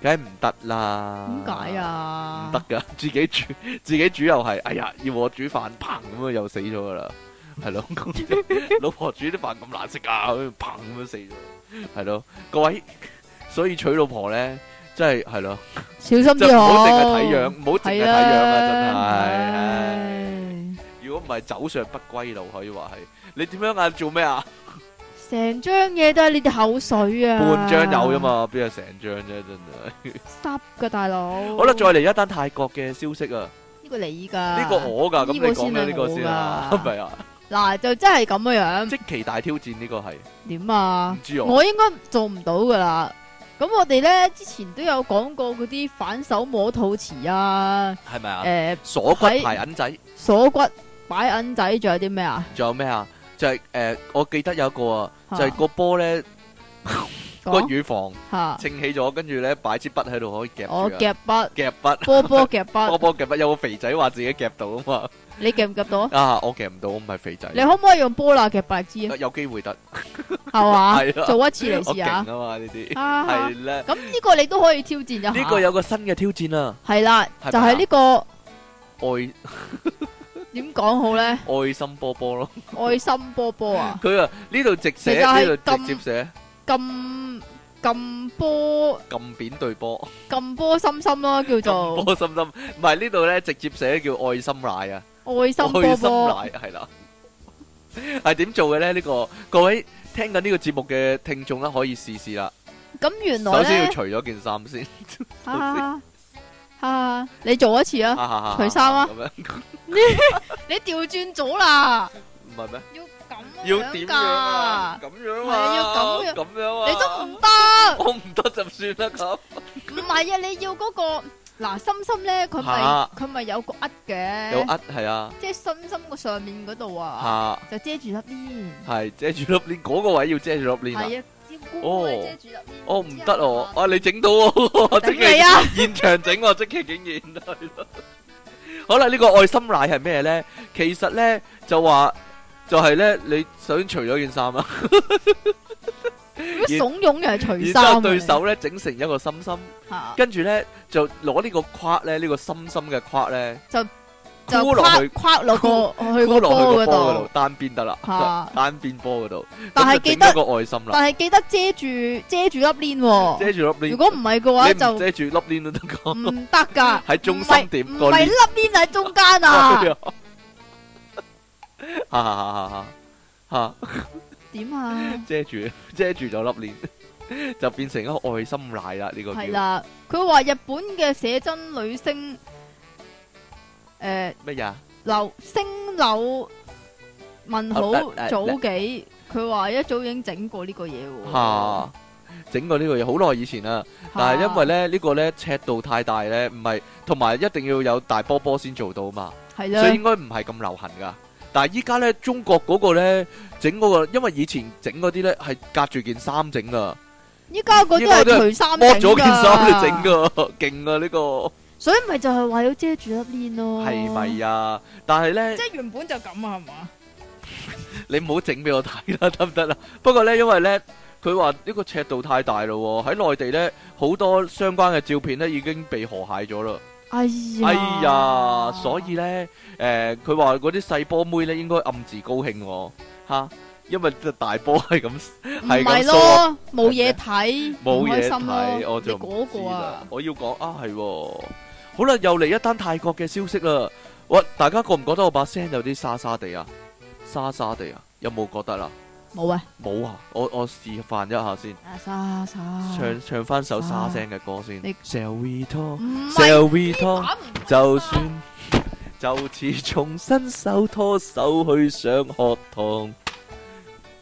Speaker 2: 梗係唔得啦，
Speaker 1: 點解？啊
Speaker 2: 唔？得噶， 自己煮自己煮又係，哎呀，要我煮飯，砰咁樣又死咗噶啦，係咯，老婆煮啲飯咁難食啊，咁樣砰咁樣死咗，係咯，各位，所以娶老婆咧，真係係咯，
Speaker 1: 小心
Speaker 2: 即係
Speaker 1: 啲
Speaker 2: 唔
Speaker 1: 好，
Speaker 2: 好淨係睇樣，唔好淨
Speaker 1: 係
Speaker 2: 係睇樣啊，真係唉。
Speaker 1: 唉
Speaker 2: 如果唔係走上不歸路，可以話係。你點樣啊？做咩啊？
Speaker 1: 成張嘢都係你啲口水啊！
Speaker 2: 半張有啫，嘛，邊有成張啫？真係。
Speaker 1: 濕噶大佬。
Speaker 2: 好啦，再嚟一單泰國嘅消息啊！
Speaker 1: 呢個你㗎，
Speaker 2: 呢個我㗎，咁你
Speaker 1: 呢個
Speaker 2: 講
Speaker 1: 先係
Speaker 2: 咗呢個先啊，
Speaker 1: 我
Speaker 2: 係
Speaker 1: 㗎
Speaker 2: 咪啊？
Speaker 1: 嗱就真係咁嘅樣。
Speaker 2: 即期大挑戰呢個係唔
Speaker 1: 點啊？
Speaker 2: 知我
Speaker 1: 我應該做唔到噶啦。咁我哋咧之前都有講過嗰啲反手摸肚臍啊，
Speaker 2: 係咪啊？
Speaker 1: 诶、
Speaker 2: 鎖骨
Speaker 1: 喺
Speaker 2: 排銀仔，
Speaker 1: 鎖骨擺銀仔，仲有啲咩啊？
Speaker 2: 仲有咩啊？就係誒，我記得有一個啊，
Speaker 1: 嚇
Speaker 2: 就係個波咧個
Speaker 1: 講
Speaker 2: 乳房
Speaker 1: 吓，
Speaker 2: 撐起咗，跟住咧擺支筆喺度可以夾
Speaker 1: 我
Speaker 2: 住啊，
Speaker 1: 夾筆，
Speaker 2: 夾筆。
Speaker 1: 波波夾
Speaker 2: 波
Speaker 1: 筆，
Speaker 2: 波夾筆，有個肥仔話自己夾到 啊
Speaker 1: 你夾唔夾到啊？
Speaker 2: 嘛，啊我夾唔到，我唔係肥仔，
Speaker 1: 你可唔可以用波罅夾白枝啊？
Speaker 2: 有機會得，
Speaker 1: 係嘛
Speaker 2: 係啦，
Speaker 1: 做一次嚟
Speaker 2: 我
Speaker 1: 試
Speaker 2: 勁啊
Speaker 1: 下。
Speaker 2: 嘛呢啲，
Speaker 1: 啊
Speaker 2: 係咧，
Speaker 1: 咁呢個你都可以挑戰一下。
Speaker 2: 呢個有個新嘅挑戰啊，
Speaker 1: 係啦，
Speaker 2: 係咪啊
Speaker 1: 就係呢個
Speaker 2: 愛
Speaker 1: 點講好咧？
Speaker 2: 愛心波波咯，
Speaker 1: 愛心波波啊，
Speaker 2: 佢啊呢度直
Speaker 1: 其實
Speaker 2: 寫，
Speaker 1: 係
Speaker 2: 呢度
Speaker 1: 咁
Speaker 2: 直接寫
Speaker 1: 咁咁波
Speaker 2: 撳扁對波，
Speaker 1: 咁波心心咯，叫做
Speaker 2: 波心心，唔係呢度咧直接寫叫愛心奶啊。
Speaker 1: 愛心波波。
Speaker 2: 開心奶，係啦。係點做嘅呢？呢個各位聽緊呢個節目嘅聽眾啦，可以試試啦。
Speaker 1: 咁原來咧，
Speaker 2: 首先要除咗件衫先，
Speaker 1: 哈哈，你做一次啊！
Speaker 2: 哈哈哈哈，
Speaker 1: 除衫啊。
Speaker 2: 咁樣。
Speaker 1: 你調轉咗啦，
Speaker 2: 唔係咩？
Speaker 1: 要咁樣
Speaker 2: 要點樣啊？
Speaker 1: 噶，
Speaker 2: 咁樣
Speaker 1: 係
Speaker 2: 啊，
Speaker 1: 啊，要咁樣。
Speaker 2: 咁樣啊。
Speaker 1: 你都唔得。
Speaker 2: 我唔得就算啦，咁。
Speaker 1: 唔係啊，你要嗰個嗱心心咧，佢咪
Speaker 2: 嚇
Speaker 1: 佢咪有個呃嘅，
Speaker 2: 有呃，係啊，
Speaker 1: 即係心心個上面嗰度啊，
Speaker 2: 嚇，係，遮住粒鏈，
Speaker 1: 就遮住粒煙，
Speaker 2: 嗰個位要遮住粒鏈啊。
Speaker 1: 係啊，要高高地遮住粒煙。
Speaker 2: 哦，唔得哦，
Speaker 1: 之
Speaker 2: Ờ,
Speaker 1: 後
Speaker 2: 啊，你整到喎，
Speaker 1: 就
Speaker 2: 即
Speaker 1: 頂
Speaker 2: 係
Speaker 1: 你啊！
Speaker 2: 現場整喎，即期竟然 係咯。好啦，呢、個愛心奶係咩咧？其實咧就話就係咧，你想除咗件衫啊，
Speaker 1: 咁慫恿人 除
Speaker 2: 然之
Speaker 1: 衫啊
Speaker 2: 後對手咧整成一個心心，
Speaker 1: 嚇
Speaker 2: 跟住咧就攞呢個框咧，呢、個心心嘅框咧，
Speaker 1: 就
Speaker 2: 箍落去
Speaker 1: 跨跨落個去個波
Speaker 2: 箍落去個波嗰
Speaker 1: 嗰
Speaker 2: 度
Speaker 1: 度，
Speaker 2: 單邊得啦，
Speaker 1: 嚇
Speaker 2: 單邊波嗰度。
Speaker 1: 但係
Speaker 2: 咁就
Speaker 1: 記
Speaker 2: 整咗
Speaker 1: 得
Speaker 2: 個愛心啦，
Speaker 1: 但係記得遮住遮住粒煙喎。
Speaker 2: 遮住粒鏈，
Speaker 1: 如果唔係嘅話
Speaker 2: 你唔
Speaker 1: 就
Speaker 2: 遮住粒鏈都得㗎。
Speaker 1: 唔得噶。
Speaker 2: 喺中心點
Speaker 1: 唔
Speaker 2: 個鏈
Speaker 1: 係粒煙喺中間 啊？
Speaker 2: 哈哈哈哈哈！
Speaker 1: 點啊？
Speaker 2: 遮住遮住咗粒鏈，就變成一個愛心奶啦。呢、個
Speaker 1: 系
Speaker 2: 叫
Speaker 1: 啦，佢話日本嘅寫真女星，诶、
Speaker 2: 乜嘢啊？
Speaker 1: 劉星柳問
Speaker 2: 啊啊
Speaker 1: 好
Speaker 2: 啊
Speaker 1: 早幾，佢話一早已經整過呢個嘢喎。
Speaker 2: 吓，整過呢個嘢好耐以前啦，但係因為咧呢、個咧尺度太大咧，唔係同埋一定要有大波波先做到嘛，
Speaker 1: 係啦，
Speaker 2: 所以應該唔係咁流行噶。但係依家咧中國嗰個咧整嗰、個，因為以前整嗰啲咧係隔住件衫整噶，
Speaker 1: 依家嗰啲
Speaker 2: 依家嗰啲
Speaker 1: 係
Speaker 2: 係
Speaker 1: 除衫
Speaker 2: 剝咗件衫嚟
Speaker 1: 整
Speaker 2: 整
Speaker 1: 㗎，
Speaker 2: 噶，勁啊呢個
Speaker 1: 所以咪就係話要遮住粒煙咯。
Speaker 2: 係咪啊？但係咧
Speaker 1: 即。係原本就咁啊，係嘛？
Speaker 2: 你唔好整俾我睇啦，得唔得啦？不過呢，因為呢，佢話呢個尺度太大咯喎，喺內地呢，好多相關嘅照片呢已經被河蟹咗啦。
Speaker 1: 哎呀，
Speaker 2: 哎呀，所以呢，誒佢話嗰啲細波妹呢應該暗自高興喎，嚇，因為隻大波係咁
Speaker 1: 唔
Speaker 2: 係咁
Speaker 1: 係咯，冇嘢睇， 唔
Speaker 2: 冇嘢
Speaker 1: 開心
Speaker 2: 睇，
Speaker 1: 咯
Speaker 2: 我就
Speaker 1: 你
Speaker 2: 唔
Speaker 1: 嗰
Speaker 2: 知
Speaker 1: 個
Speaker 2: 啦
Speaker 1: 啊。，
Speaker 2: 我要講啊，係喎，好啦，又嚟一單泰國嘅消息啦。喂，大家覺唔覺得我把聲有啲沙沙地啊？沙沙地啊，有冇覺得啦？
Speaker 1: 冇啊，
Speaker 2: 冇啊，我我示範一下先。
Speaker 1: 啊沙沙。
Speaker 2: 唱唱翻首沙聲嘅歌先
Speaker 1: 你。
Speaker 2: Shall we
Speaker 1: 唔係
Speaker 2: talk？Shall we
Speaker 1: 打
Speaker 2: talk？
Speaker 1: 唔打
Speaker 2: 就算 就似重新手拖手去上學堂，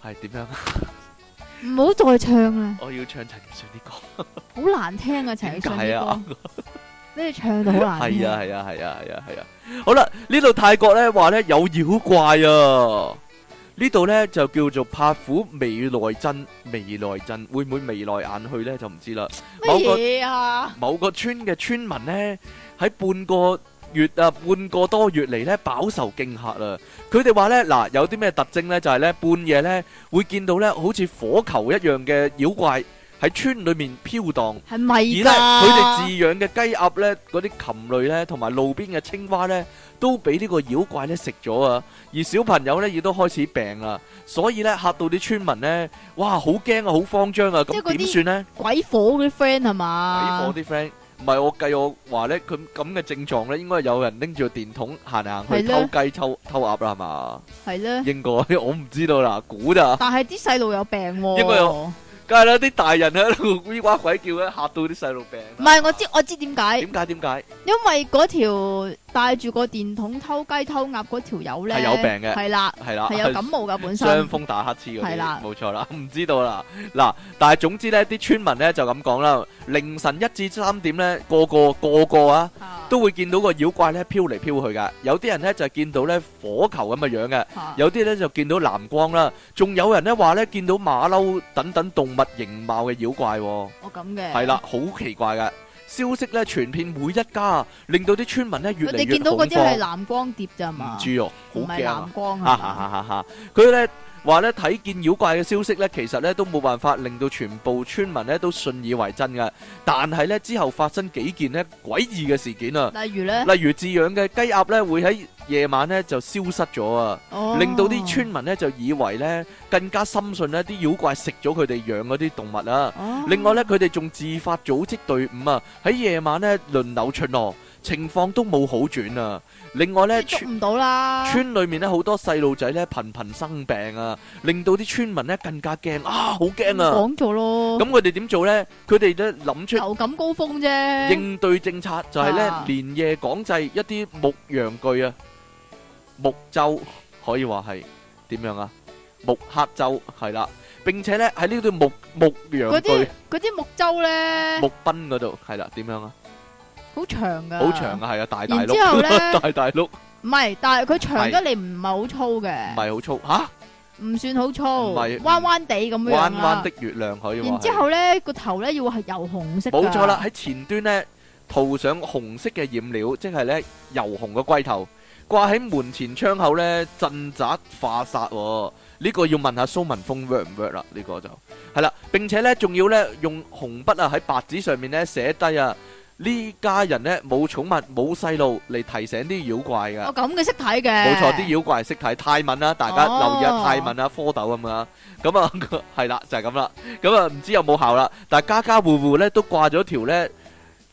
Speaker 2: 係點樣？
Speaker 1: 唔好再唱啦，
Speaker 2: 我要唱陳奕迅啲歌，
Speaker 1: 好難聽啊！陳奕迅
Speaker 2: 點解
Speaker 1: 啲
Speaker 2: 啊
Speaker 1: 歌， 俾你唱到好難聽。
Speaker 2: 係啊，係啊係啊係啊係啊！好啦，呢度泰國咧話咧有妖怪啊！呢度咧就叫做帕虎未來鎮，未來鎮會唔會眉來眼去咧就唔知啦。某
Speaker 1: 乜
Speaker 2: 個
Speaker 1: 嘢啊？
Speaker 2: 某個村嘅村民呢，喺半個月啊，半個多月嚟呢，飽受驚嚇啊！佢哋話呢，嗱，有啲咩特徵呢？就係、呢，半夜呢，會見到呢，好似火球一樣嘅妖怪喺村裏面飄蕩。
Speaker 1: 係
Speaker 2: 而
Speaker 1: 咪
Speaker 2: 咧，
Speaker 1: 噶？
Speaker 2: 佢哋飼養嘅雞鴨咧，嗰啲禽類咧，同埋路邊嘅青蛙咧，都俾呢個妖怪咧食咗啊！而小朋友咧，亦都開始病啦，所以咧嚇到啲村民咧，哇，好驚啊，好慌張啊！
Speaker 1: 即係
Speaker 2: 咁
Speaker 1: 嗰啲
Speaker 2: 點算呢？
Speaker 1: 鬼火嗰啲 friend 係
Speaker 2: 俾
Speaker 1: 嘛
Speaker 2: 我？啲 friend，唔係我計我話咧，佢咁嘅症狀咧，應該有人拎住個電筒行嚟行去
Speaker 1: 係咧
Speaker 2: 偷雞偷偷鴨啦，係嘛？
Speaker 1: 係咧，
Speaker 2: 應該 我唔知道啦，估 咋？
Speaker 1: 但係啲細路有病喎。
Speaker 2: 應該有梗係啦，啲大人喺度咿呱鬼叫咧，嚇到啲細路病啦。
Speaker 1: 唔係我知，我知點解
Speaker 2: 點，解？點解？
Speaker 1: 因為嗰條戴住個電筒偷雞偷鴨嗰條友咧，
Speaker 2: 係有病嘅啊
Speaker 1: 係啦，
Speaker 2: 係啦，
Speaker 1: 係有感冒噶本身
Speaker 2: 傷，風打乞嗤嗰
Speaker 1: 係
Speaker 2: 啲
Speaker 1: 啦，
Speaker 2: 冇錯啦，唔知道啦。嗱，但係總之呢啲村民呢就咁講啦，凌晨一至三點呢，個個個個啊
Speaker 1: 啊
Speaker 2: 都會見到個妖怪呢飄嚟飄去噶，有啲人呢就見到呢火球咁嘅樣嘅，
Speaker 1: 啊
Speaker 2: 有啲呢就見到藍光啦，仲有人呢話呢見到馬騮等等動物形貌嘅妖怪喎。
Speaker 1: 我咁嘅，
Speaker 2: 係啦，好奇怪嘅消息咧，傳遍每一家，令到啲村民咧越
Speaker 1: 佢
Speaker 2: 嚟
Speaker 1: 哋
Speaker 2: 越
Speaker 1: 見到嗰
Speaker 2: 恐
Speaker 1: 啲係
Speaker 2: 慌。
Speaker 1: 藍光碟咋
Speaker 2: 唔
Speaker 1: 嘛，
Speaker 2: 知哦，好
Speaker 1: 唔係
Speaker 2: 驚啊
Speaker 1: 藍！光
Speaker 2: 哈
Speaker 1: 啊，
Speaker 2: 哈哈哈！佢咧話咧睇見妖怪嘅消息咧，其實咧都冇辦法令到全部村民咧都信以為真嘅。但係咧之後發生幾件咧詭異嘅事件啊，
Speaker 1: 例如咧，
Speaker 2: 例如飼養嘅雞鴨咧會喺夜晚咧就消失咗啊。
Speaker 1: 哦
Speaker 2: 令到啲村民咧就以為咧更加深信咧啲妖怪食咗佢哋養嗰啲動物啦。
Speaker 1: 哦
Speaker 2: 另外咧，佢哋仲自發組織隊伍啊，喺夜晚咧輪流巡邏，情況都冇好轉啊。另外咧，
Speaker 1: 捉
Speaker 2: 村
Speaker 1: 唔到啦，
Speaker 2: 村裏面咧好多細路仔咧頻頻生病啊，令到啲村民咧更加驚啊，好驚啊！
Speaker 1: 講咗咯，
Speaker 2: 咁佢哋點做呢？佢哋咧諗出
Speaker 1: 流感高峰啫，
Speaker 2: 應對政策，就係咧
Speaker 1: 啊
Speaker 2: 連夜講製一啲牧羊具啊，木舟可以話係點樣啊？木刻舟係啦，並且咧喺呢度牧牧
Speaker 1: 嗰
Speaker 2: 羊具
Speaker 1: 啲。嗰啲木舟咧，
Speaker 2: 木斌嗰度係啦，點樣啊？
Speaker 1: 好長噶，
Speaker 2: 好長啊，係啊，大大
Speaker 1: 然之後
Speaker 2: 碌，
Speaker 1: 咧，
Speaker 2: 大大碌，唔
Speaker 1: 唔係，但係佢長得嚟唔係好粗嘅，
Speaker 2: 係好粗吓，
Speaker 1: 唔算好粗，
Speaker 2: 唔係
Speaker 1: 彎彎地咁樣樣
Speaker 2: 彎
Speaker 1: 啦
Speaker 2: 彎。的月亮可以話
Speaker 1: 然之
Speaker 2: 係。
Speaker 1: 後咧，個頭咧要係油紅色㗎。
Speaker 2: 冇錯啦，喺前端咧塗上紅色嘅染料，即係咧油紅嘅龜頭，掛喺門前窗口咧鎮宅化煞喎。呢個要問下蘇文峰 work 唔 work 啦？呢個就係啦，並且咧仲要咧用紅筆啊喺白紙上面咧寫低啊呢家人咧冇寵物冇細路嚟提醒啲妖怪噶
Speaker 1: 我。咁嘅色睇嘅。
Speaker 2: 冇錯，啲妖怪係識睇泰文啦，大家
Speaker 1: 哦
Speaker 2: 留意下泰文啦、蝌蚪咁啊， 咁啊係啦，就係咁啦，咁啊唔知有冇效啦，但係家家户戶咧都掛咗條咧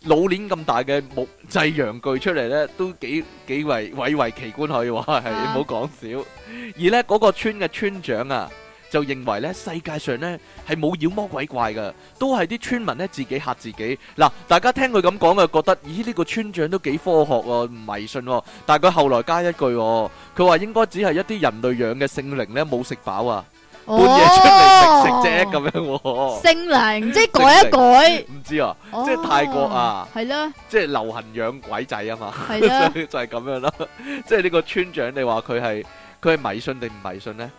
Speaker 2: 老鏈咁大嘅木製陽具出嚟咧，都幾幾為蔚為奇觀可以話係，唔
Speaker 1: 啊
Speaker 2: 好講少。而咧嗰個村嘅村長啊，就認為咧世界上咧係冇妖魔鬼怪噶，都係啲村民咧自己嚇自己。嗱，大家聽佢咁講啊，覺得咦呢個村長都幾科學喎，唔迷信喎。但係佢後來加一句喎，佢話應該只係一啲人類養嘅聖靈咧冇食飽啊，
Speaker 1: 半
Speaker 2: 半夜出嚟食食啫。咁樣喎。
Speaker 1: 聖 靈即係改一改，
Speaker 2: 唔知啊，
Speaker 1: 哦
Speaker 2: 即係泰國啊。
Speaker 1: 係 啦，
Speaker 2: 即係流行養鬼 仔啊嘛，
Speaker 1: 係啦，
Speaker 2: 所以就係咁樣啦。即係呢個村長，你話佢係佢係迷信定唔迷信咧？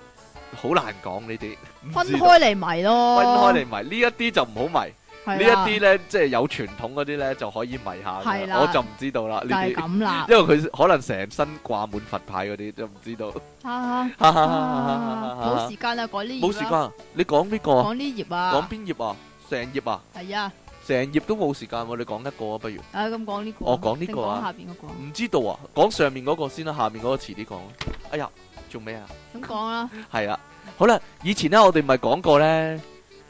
Speaker 2: 好難講呢啲，唔
Speaker 1: 分
Speaker 2: 知道
Speaker 1: 開嚟迷咯。
Speaker 2: 分開嚟迷，呢一啲就唔好迷。
Speaker 1: 係啦，
Speaker 2: 呢一啲咧，即係有傳統嗰啲咧，就可以迷下
Speaker 1: 係
Speaker 2: 㗎。
Speaker 1: 啦
Speaker 2: 我就唔知道啦，
Speaker 1: 就
Speaker 2: 呢
Speaker 1: 係
Speaker 2: 啲，
Speaker 1: 咁啦。
Speaker 2: 因為佢可能成身掛滿佛牌嗰啲，就唔 知道。
Speaker 1: 啊
Speaker 2: 哈哈哈哈哈
Speaker 1: 啊
Speaker 2: 哈
Speaker 1: 冇時間啦，講呢頁啦
Speaker 2: 冇時間，啊，你講邊個啊？
Speaker 1: 講呢頁
Speaker 2: 講
Speaker 1: 啊，
Speaker 2: 邊頁啊？成頁啊？
Speaker 1: 係啊，
Speaker 2: 成頁都冇時間喎，你講一個啊，不如？
Speaker 1: 啊咁講呢個，
Speaker 2: 我講呢個啊
Speaker 1: 定講下邊嗰個啊，
Speaker 2: 唔知道啊，講上面嗰個先啦，下面嗰個遲啲講啊。哎呀，做咩啊？
Speaker 1: 咁講啦，
Speaker 2: 係啦，好啦，以前咧我哋咪講過咧，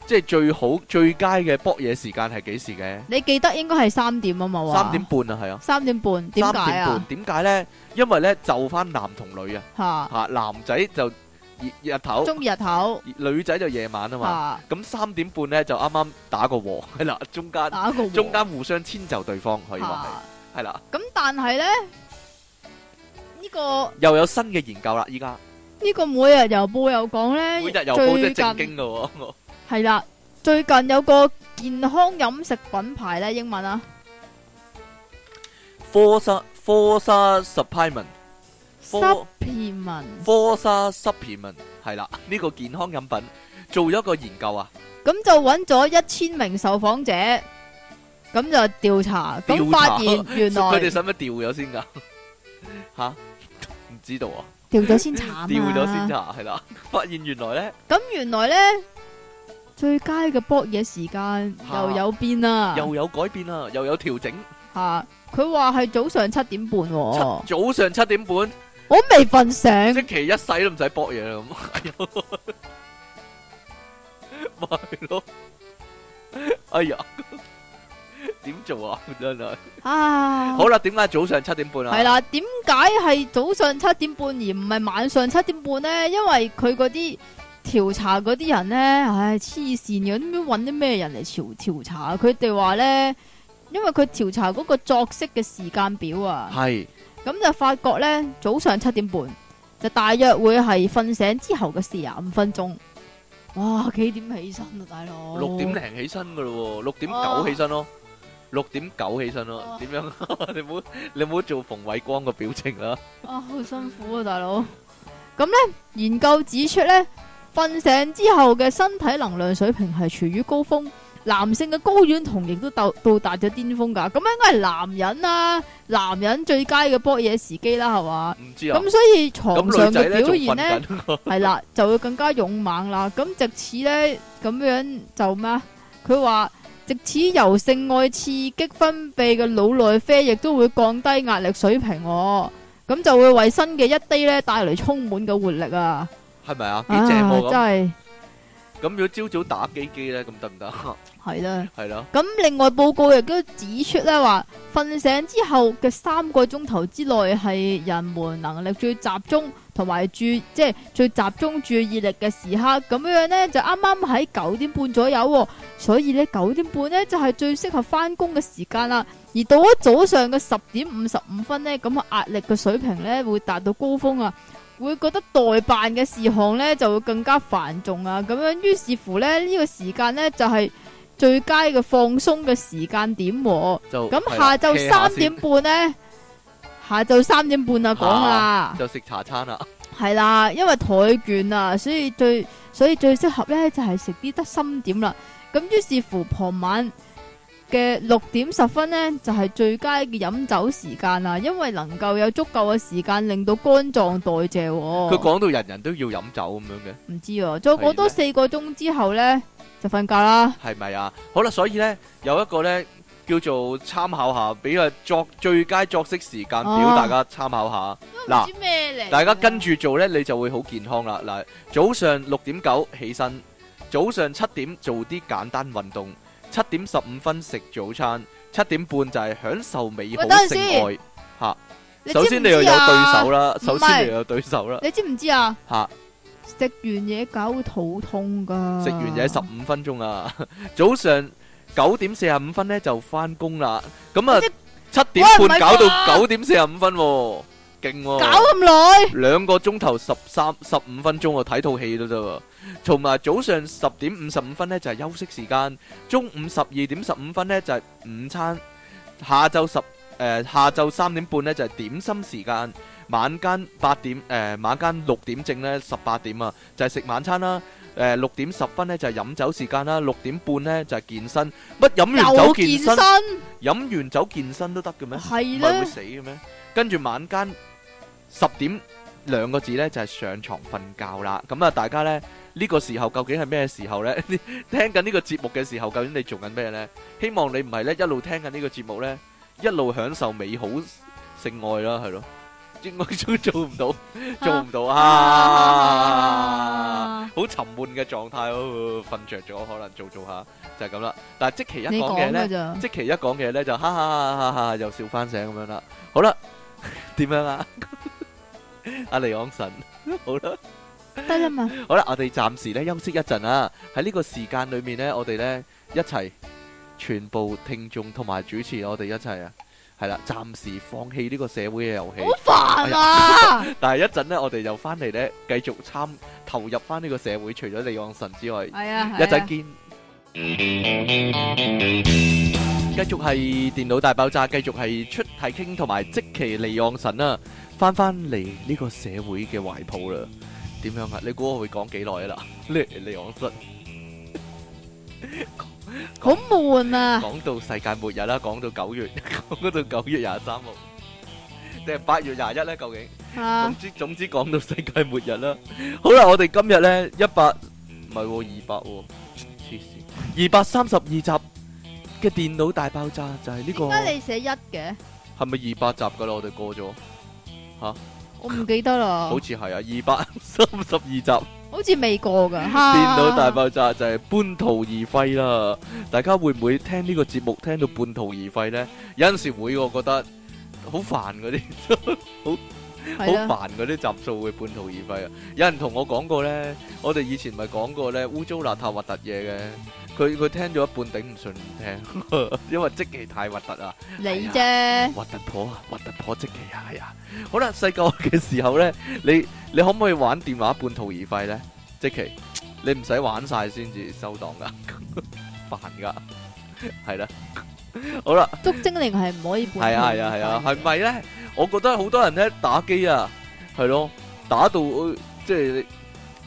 Speaker 2: 即係最好最佳嘅搏嘢時間係幾時嘅？
Speaker 1: 你記得應該係三點啊嘛，話
Speaker 2: 三點半啊，係啊。
Speaker 1: 三點半，點解啊？
Speaker 2: 三點半，點解呢？因為呢，就返男同女啊，
Speaker 1: 嚇，
Speaker 2: 嚇，男仔就日-日頭，
Speaker 1: 中意日頭
Speaker 2: 女仔就夜晚啊嘛。
Speaker 1: 嚇，
Speaker 2: 咁3點半呢，就啱啱打個和，係啦，中間-
Speaker 1: 打個和啊
Speaker 2: 中間互相遷就對方，可以話係。
Speaker 1: 嚇咁但係咧，呢個
Speaker 2: 係啦，又有新嘅研究啦，依家。
Speaker 1: 呢個每日郵報又講咧，
Speaker 2: 每日郵報
Speaker 1: 最近
Speaker 2: 即係正經嘅喎。
Speaker 1: 係啦，最近有個健康飲食品牌咧，英文啊，
Speaker 2: Forsa- Forsa Supplement，Forsa
Speaker 1: 濕片文，
Speaker 2: Supplement，係啦，呢個健康飲品做咗一個研究啊，
Speaker 1: 咁就揾咗一千名受訪者，咁就調查，咁
Speaker 2: 調查
Speaker 1: 發現原來
Speaker 2: 佢哋使唔使掉咗先㗎？ 吓，唔知道啊，
Speaker 1: 掉咗先慘啊，
Speaker 2: 掉咗先咋，係啦。發現原來咧
Speaker 1: 咁原來咧，最佳嘅搏嘢時間
Speaker 2: 嚇
Speaker 1: 又有變啦，
Speaker 2: 又有改變啦，又有調整。
Speaker 1: 吓佢話係早上七點半喎，我
Speaker 2: 七早上七點半，
Speaker 1: 未瞓醒，
Speaker 2: 即期一世都唔使搏嘢啦咁。 咪係咯，哎呀，點做啊？真係。
Speaker 1: 啊，
Speaker 2: 好啦，點解早上七點半啊？
Speaker 1: 係，啦，點解係早上七點半而唔係晚上七點半呢？因為佢嗰啲調查嗰啲人呢，唉，黐線嘅，點樣揾啲咩人嚟調調查？佢哋話呢，因為佢調查嗰個作息嘅時間表啊，
Speaker 2: 係
Speaker 1: 咁就發覺咧早上七點半就大約會係瞓醒之後嘅四廿五分鐘。哇，幾點起身啊，大佬？
Speaker 2: 六點零起身噶咯喎，六點
Speaker 1: 哦
Speaker 2: 九起身咯，六點九起身咯
Speaker 1: 哦，
Speaker 2: 點樣？ 你唔好你唔好做馮偉光個表情啦，
Speaker 1: 啊，好辛苦啊，大佬。咁咧，研究指出咧，瞓醒之後嘅身體能量水平係處於高峰，男性嘅睾丸酮亦都到到達咗巔峰噶。咁應該係男人啦、男人最佳嘅波嘢時機啦，係嘛？
Speaker 2: 唔知啊。
Speaker 1: 咁所以床
Speaker 2: 咁
Speaker 1: 上
Speaker 2: 女仔
Speaker 1: 嘅
Speaker 2: 咧
Speaker 1: 表
Speaker 2: 仲
Speaker 1: 現
Speaker 2: 瞓
Speaker 1: 咧，
Speaker 2: 緊，
Speaker 1: 係啦，就會更加勇猛啦。咁直此咧，咁樣就咩啊？佢話直此由性愛刺激分泌嘅腦內啡，亦都會降低壓力水平、喎。咁就會為新嘅一滴咧帶嚟充滿嘅活力啊！
Speaker 2: 係咪啊？幾
Speaker 1: 啊，
Speaker 2: 正
Speaker 1: 真
Speaker 2: 喎咁。
Speaker 1: 係
Speaker 2: 咁如果朝早打機機咧，咁得唔 得？係
Speaker 1: 係啦。
Speaker 2: 咯，
Speaker 1: 咁另外報告亦都指出咧，話瞓醒之後嘅三個鐘頭之內係人們能力最集中同埋注即係最集中注意力嘅時刻。咁樣咧就啱啱喺九點半左右、喎，所以咧九點半咧就係、最適合翻工嘅時間啦。而到咗早上嘅十點五十五分咧，咁啊壓力嘅水平咧會達到高峰啊，會覺得代辦嘅事項咧就會更加繁重啊。咁樣於是乎咧呢、個時間咧就係、最佳嘅放鬆嘅時間點喎。
Speaker 2: 就
Speaker 1: 咁
Speaker 2: 係
Speaker 1: 下
Speaker 2: 啦
Speaker 1: 晝
Speaker 2: ，hea 下
Speaker 1: 三
Speaker 2: 先
Speaker 1: 點半咧，下晝三點半啊講啦，
Speaker 2: 就食茶餐啦。
Speaker 1: 係啦，因為台券啊，所以最所以最適合咧就係食啲得心點啦。咁於是乎傍晚嘅六點十分呢，就係、最佳嘅飲酒時間啦，因為能夠有足夠嘅時間令到肝臟代謝
Speaker 2: 佢
Speaker 1: 喎。
Speaker 2: 講到人人都要飲酒咁樣嘅。
Speaker 1: 唔知喎，再過多
Speaker 2: 係
Speaker 1: 四個鐘之後呢，就瞓覺啦。
Speaker 2: 系咪啊？好啦，所以咧有一個咧叫做參考下，俾啊作最佳作息時間表
Speaker 1: 哦
Speaker 2: 大家參考下。嗱
Speaker 1: 唔，知咩嚟？
Speaker 2: 大家跟住做咧，你就會好健康啦。嗱，早上六點九起身，早上七點做啲簡單運動，七點十五分食早餐，七點半就係享受美好
Speaker 1: 喂等陣
Speaker 2: 性
Speaker 1: 先
Speaker 2: 愛。
Speaker 1: 你知唔
Speaker 2: 首
Speaker 1: 知
Speaker 2: 先你又有對
Speaker 1: 啊
Speaker 2: 手啦，
Speaker 1: 唔
Speaker 2: 首先
Speaker 1: 係
Speaker 2: 你又有對手啦。
Speaker 1: 你知唔知啊？
Speaker 2: 嚇
Speaker 1: 食完嘢搞會肚痛噶。
Speaker 2: 食完嘢十五分鐘啊， 早上九點四十五分咧就翻工啦。咁啊，七點
Speaker 1: 喂唔係
Speaker 2: 半搞到
Speaker 1: 啩
Speaker 2: 九點四十五分喎，勁
Speaker 1: 搞
Speaker 2: 喎！
Speaker 1: 咁耐，
Speaker 2: 兩個鐘頭十三十五分鐘啊，睇套戲都得喎。同埋早上十點五十五分咧就係休息時間，中午十二點十五分咧就係午餐，下晝十誒下晝三點半咧就係點心時間，晚間八點誒晚間六點正咧十八點啊就係食晚餐啦。誒六點十分咧就係飲酒時間啦，六點半咧就係健身。乜飲完酒
Speaker 1: 又
Speaker 2: 健
Speaker 1: 健
Speaker 2: 身
Speaker 1: 身，，
Speaker 2: 飲完酒健身都得嘅咩？
Speaker 1: 係
Speaker 2: 唔係會
Speaker 1: 咧，
Speaker 2: 死嘅咩？跟住晚間十點兩個字呢，就係、上床瞓覺啦。咁啊，大家呢，呢、個時候究竟係咩時候呢？聽緊呢個節目嘅時候，究竟你做緊咩呢？希望你唔係呢一路聽緊呢個節目呢，一路享受美 好性愛啦，係咯。應該都做唔 到，做唔到啊！
Speaker 1: 啊
Speaker 2: 好沉悶嘅狀態，哦瞓着咗，可能做做下就係咁啦。但係即其一
Speaker 1: 你
Speaker 2: 講嘅
Speaker 1: 講
Speaker 2: 呢
Speaker 1: 噶。咋？
Speaker 2: 即其一講嘢咧就哈哈哈哈哈又笑翻醒咁樣啦。好啦， 點樣啊？ 阿尼昂神，好啦，
Speaker 1: 得啦嘛，
Speaker 2: 好啦，我哋暫時咧休息一陣啦。喺呢個時間裏面咧，我哋咧一齊全部聽眾同埋主持，我哋一齊啊，係啦，暫時放棄呢個社會嘅遊戲。哎
Speaker 1: 好煩啊！
Speaker 2: 但係一陣咧，我哋就翻嚟咧，繼續參投入翻呢個社會，除咗尼昂神之外。
Speaker 1: 係啊，
Speaker 2: 哎一陣見。繼續係電腦大爆炸，繼續係出體傾同埋即其離岸神啊，翻翻嚟呢個社會嘅懷抱啦。點樣啊？你估我會講幾耐啊啦？ 離離岸神
Speaker 1: 好悶啊！
Speaker 2: 講到世界末日啦，講到九月， 講到九月廿三號，定係八月廿一咧？究竟？
Speaker 1: 啊
Speaker 2: 總，之總之講到世界末日啦。好啦，我哋今日咧一百唔係喎二百喎，黐線二百三十二集嘅電腦大爆炸就係呢、個
Speaker 1: 點解你寫一嘅？
Speaker 2: 係咪二百集噶啦？我哋過咗，
Speaker 1: 我唔記得啦，
Speaker 2: 好似係 啊，二百三十二集。
Speaker 1: 好似未過噶。
Speaker 2: 電
Speaker 1: 電
Speaker 2: 腦大爆炸就係半途而廢啦！大家會唔會聽呢個節目聽到半途而廢呢？有陣時會，我覺得好煩嗰啲，好
Speaker 1: 係啦，啊
Speaker 2: 煩嗰啲集數會半途而廢啊！有人同我講過呢，我哋以前咪講過呢，污糟邋遢核突嘢嘅，佢佢佢聽咗一半頂唔順唔聽， 因為即期太核突啊！
Speaker 1: 你啫，
Speaker 2: 核突婆啊，核突婆即期啊，係啊！好啦，細個嘅時候咧，你你可唔可以玩電話半途而廢咧？即期，你唔使玩晒先至收檔噶， 煩噶，係啦。好啦，
Speaker 1: 捉精靈係唔可以半
Speaker 2: 係啊係啊係啊，係咪咧？我覺得好多人咧打機啊，係咯，打到呃即係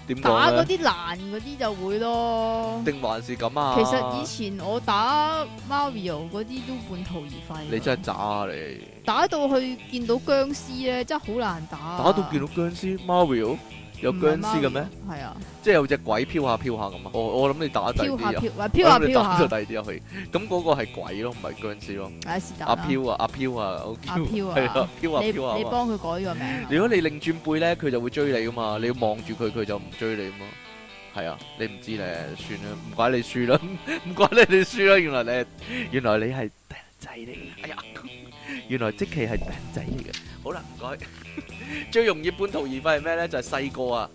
Speaker 2: 點
Speaker 1: 打
Speaker 2: 講
Speaker 1: 嗰
Speaker 2: 咧？
Speaker 1: 啲難嗰啲就會咯。
Speaker 2: 定還是咁啊？
Speaker 1: 其實以前我打 Mario 嗰啲都半途而廢。
Speaker 2: 你真係渣啊你！
Speaker 1: 打到去見到僵屍咧，真係好難打。啊
Speaker 2: 打到見到僵屍 Mario 有
Speaker 1: 唔
Speaker 2: 僵
Speaker 1: 係
Speaker 2: 屍嘅咩？？
Speaker 1: 係啊，
Speaker 2: 即係有隻鬼飄下飄下咁啊！我我諗你打第二
Speaker 1: 飄下
Speaker 2: 啲入，
Speaker 1: 飄，話飄下
Speaker 2: 我諗
Speaker 1: 飄
Speaker 2: 你打咗
Speaker 1: 下，
Speaker 2: 第二啲入去，咁嗰個係鬼咯，唔係僵屍咯。
Speaker 1: 唉是但
Speaker 2: 阿
Speaker 1: 啦。
Speaker 2: 飄啊，阿飄啊，我
Speaker 1: 阿飄啊
Speaker 2: 係啊，飄啊
Speaker 1: 你
Speaker 2: 飄啊
Speaker 1: 你
Speaker 2: 嘛。
Speaker 1: 幫佢改個名啊。
Speaker 2: 如果你擰轉背咧，佢就會追你噶嘛，你要望住佢，佢就唔追你啊嘛。係啊，你唔知咧，算啦，唔怪你輸啦， 唔怪你你輸啦。原來你原來你係病仔嚟嘅，哎呀， 原來即期係病仔嚟嘅。好啦，唔該。 最容易半途而廢係咩咧？就係細個啊，